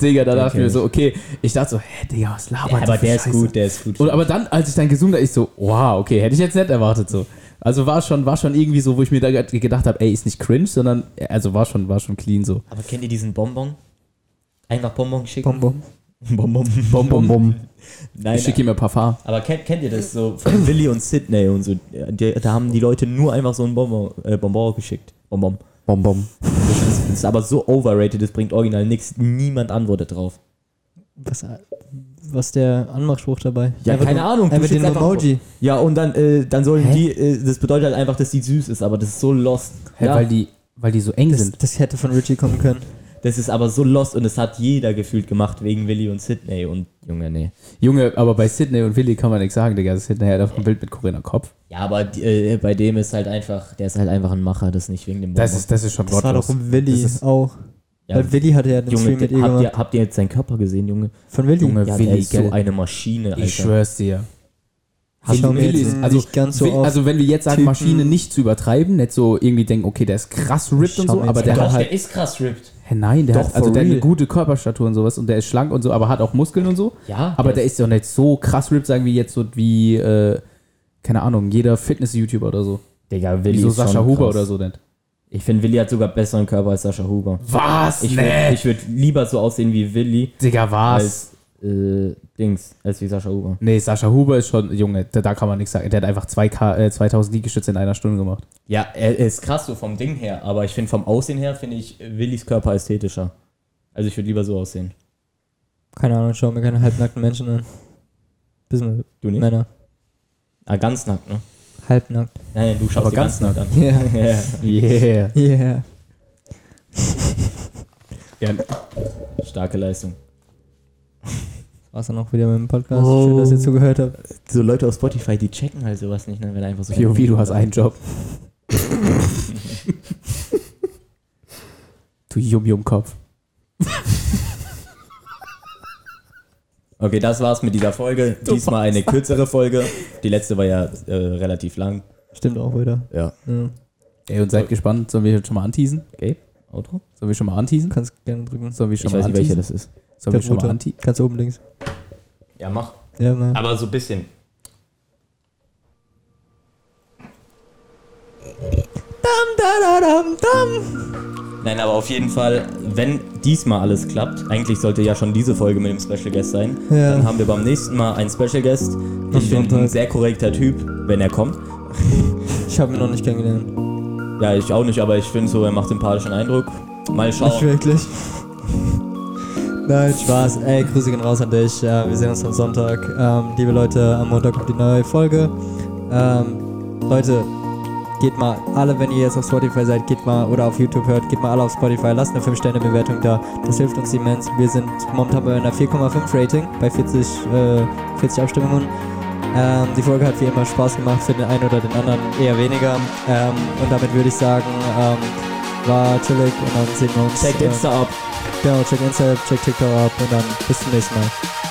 Speaker 5: Digga, da dachte ich mir so, okay, ich dachte so, hä, Digga, was labert
Speaker 3: aber
Speaker 5: für
Speaker 3: der ist
Speaker 5: Scheiße?
Speaker 3: gut, der ist gut.
Speaker 5: Und aber dann, als ich dann gesoomt habe, ich so, wow, okay, hätte ich jetzt nicht erwartet so. Also war schon, war schon irgendwie so, wo ich mir da ge- gedacht habe, ey, ist nicht cringe, sondern also war schon, war schon clean so.
Speaker 3: Aber kennt ihr diesen Bonbon? Einfach Bonbon schicken?
Speaker 1: Bonbon.
Speaker 3: Bonbon.
Speaker 5: Bom, bom, bom.
Speaker 3: Nein,
Speaker 5: Ich schicke ihm ein Parfum.
Speaker 3: aber kennt, kennt ihr das so von Willy und Sydney und so? Die, da haben die Leute nur einfach so ein Bonbon, äh, Bonbon geschickt. Bonbon.
Speaker 4: Bom, bom.
Speaker 3: Das ist aber so overrated, das bringt original nichts. Niemand antwortet drauf.
Speaker 1: Was, was der Anmachspruch dabei?
Speaker 3: Ja,
Speaker 1: Einfach
Speaker 3: keine
Speaker 1: nur-
Speaker 3: Ahnung, du
Speaker 1: Einfach den
Speaker 3: schickst einfach-
Speaker 1: Emoji.
Speaker 3: Ja, und dann, äh, dann sollen die, äh, das bedeutet halt einfach, dass die süß ist, aber das ist so lost.
Speaker 5: Hä,
Speaker 3: ja,
Speaker 5: weil, die, weil die so eng
Speaker 1: Das,
Speaker 5: sind.
Speaker 1: das hätte von Richie kommen können.
Speaker 3: das ist aber so lost und das hat jeder gefühlt gemacht wegen Willy und Sydney und Junge, nee.
Speaker 5: Junge, aber bei Sydney und Willi kann man nichts sagen, Digga. Sydney hat einfach ein Bild mit Corinna Kopf.
Speaker 3: Ja, aber die- äh, bei dem ist halt einfach, der ist halt einfach ein Macher, das nicht wegen dem
Speaker 5: Das ist, das ist schon
Speaker 1: Das war doch um
Speaker 5: gottlos.
Speaker 1: Willi
Speaker 5: Das ist-
Speaker 1: auch.
Speaker 3: ja,
Speaker 1: Weil Willi hatte ja den
Speaker 3: Junge,
Speaker 1: Stream
Speaker 3: habt
Speaker 1: mit ihr
Speaker 3: ihr,
Speaker 1: gemacht.
Speaker 3: habt ihr jetzt seinen Körper gesehen, Junge?
Speaker 1: Von Willi.
Speaker 5: Junge,
Speaker 3: Ja, der
Speaker 5: Willi,
Speaker 3: ist so
Speaker 5: gell?
Speaker 3: eine Maschine, Alter.
Speaker 5: Ich schwör's dir.
Speaker 1: Ich schau mir
Speaker 5: Willi
Speaker 1: jetzt
Speaker 5: ist-
Speaker 1: nicht
Speaker 5: also,
Speaker 1: ganz so
Speaker 5: Wi-
Speaker 1: oft
Speaker 5: also wenn wir jetzt sagen,
Speaker 1: Typen-
Speaker 5: Maschine nicht zu übertreiben, nicht so irgendwie denken, okay, der ist krass ripped und
Speaker 1: schau
Speaker 5: so,
Speaker 1: mir
Speaker 5: aber
Speaker 1: jetzt
Speaker 5: der
Speaker 1: mal-
Speaker 5: hat halt
Speaker 3: ist krass ripped.
Speaker 5: Hä, nein, der
Speaker 3: Doch,
Speaker 5: hat also
Speaker 3: for
Speaker 5: der hat eine
Speaker 3: real.
Speaker 5: gute Körperstatur und sowas und der ist schlank und so, aber hat auch Muskeln und so.
Speaker 3: Ja,
Speaker 5: Aber der ist ja nicht so krass ripped, sagen wir jetzt so wie, äh, keine Ahnung, jeder Fitness-YouTuber oder so.
Speaker 3: Digga, Willi
Speaker 5: Wie so
Speaker 3: ist schon
Speaker 5: Sascha Huber
Speaker 3: krass.
Speaker 5: oder so denn.
Speaker 3: Ich finde, Willi hat sogar besseren Körper als Sascha Huber.
Speaker 5: Was?
Speaker 3: Ich würde würd lieber so aussehen wie Willi
Speaker 5: Digga, was?
Speaker 3: als äh, Dings, als wie Sascha Huber.
Speaker 5: Nee, Sascha Huber ist schon, Junge, da, da kann man nichts sagen. Der hat einfach 2K, äh, 2000 Liegestütze in einer Stunde gemacht.
Speaker 3: Ja, er er ist krass so vom Ding her, aber ich finde vom Aussehen her finde ich Willis Körper ästhetischer. Also ich würde lieber so aussehen.
Speaker 1: Keine Ahnung, schau mir keine halbnackten Menschen an. Bisschen
Speaker 3: Du nicht?
Speaker 1: Männer.
Speaker 3: Ah, ganz nackt, ne?
Speaker 1: Halbnackt.
Speaker 3: Nein, nein, du schaust
Speaker 5: Aber
Speaker 3: die
Speaker 5: ganz
Speaker 3: ganze Nacht an.
Speaker 1: Ja.
Speaker 3: Yeah.
Speaker 5: Yeah.
Speaker 1: Yeah.
Speaker 3: Starke Leistung.
Speaker 1: War's dann auch wieder mit dem Podcast. Schön, dass ihr zugehört habt.
Speaker 3: So Leute auf Spotify, die checken halt sowas nicht, ne? wenn einfach so.
Speaker 5: POV, du hast einen Job. du Yum-Yum-Kopf.
Speaker 3: Okay, das war's mit dieser Folge. Diesmal eine kürzere Folge. Die letzte war ja äh, relativ lang.
Speaker 1: Stimmt auch wieder.
Speaker 3: Ja.
Speaker 1: ja.
Speaker 5: Ey, und seid gespannt. Sollen wir jetzt schon mal anteasen?
Speaker 3: Okay, Outro?
Speaker 5: Sollen wir schon mal anteasen?
Speaker 1: Kannst gerne drücken.
Speaker 5: Sollen wir schon
Speaker 3: Ich
Speaker 5: mal
Speaker 3: weiß nicht, welche
Speaker 5: anteasen?
Speaker 3: das ist.
Speaker 5: Sollen wir schon mal Ah. anteasen?
Speaker 1: Ganz oben links.
Speaker 3: Ja, mach.
Speaker 1: Ja, Mann.
Speaker 3: Aber so ein bisschen. Nein, aber auf jeden Fall, wenn diesmal alles klappt, eigentlich sollte ja schon diese Folge mit dem Special Guest sein,
Speaker 1: Ja.
Speaker 3: dann haben wir beim nächsten Mal einen Special Guest. Ich finde
Speaker 1: Sonntag.
Speaker 3: ein sehr korrekter Typ, wenn er kommt.
Speaker 1: Ich habe ihn noch nicht kennengelernt.
Speaker 3: Ja, ich auch nicht, aber ich finde so, er macht sympathischen Eindruck. Mal
Speaker 1: Nicht
Speaker 3: schauen.
Speaker 1: wirklich. Nein, Spaß. Ey, Grüße gehen raus an dich. Ja, wir sehen uns am Sonntag. Ähm, liebe Leute, am Montag kommt die neue Folge. Ähm, Leute, geht mal alle, wenn ihr jetzt auf Spotify seid, geht mal oder auf YouTube hört, geht mal alle auf Spotify, lasst eine 5-Sterne-Bewertung da. Das hilft uns immens. Wir sind momentan bei einer 4,5 Rating bei 40, äh, 40 Abstimmungen. Ähm, die Folge hat wie immer Spaß gemacht, für den einen oder den anderen eher weniger. Ähm, und damit würde ich sagen, ähm, war chillig und dann sehen wir uns.
Speaker 3: Checkt
Speaker 1: äh,
Speaker 3: Insta ab.
Speaker 1: Genau, check Insta, check TikTok ab und dann bis zum nächsten Mal.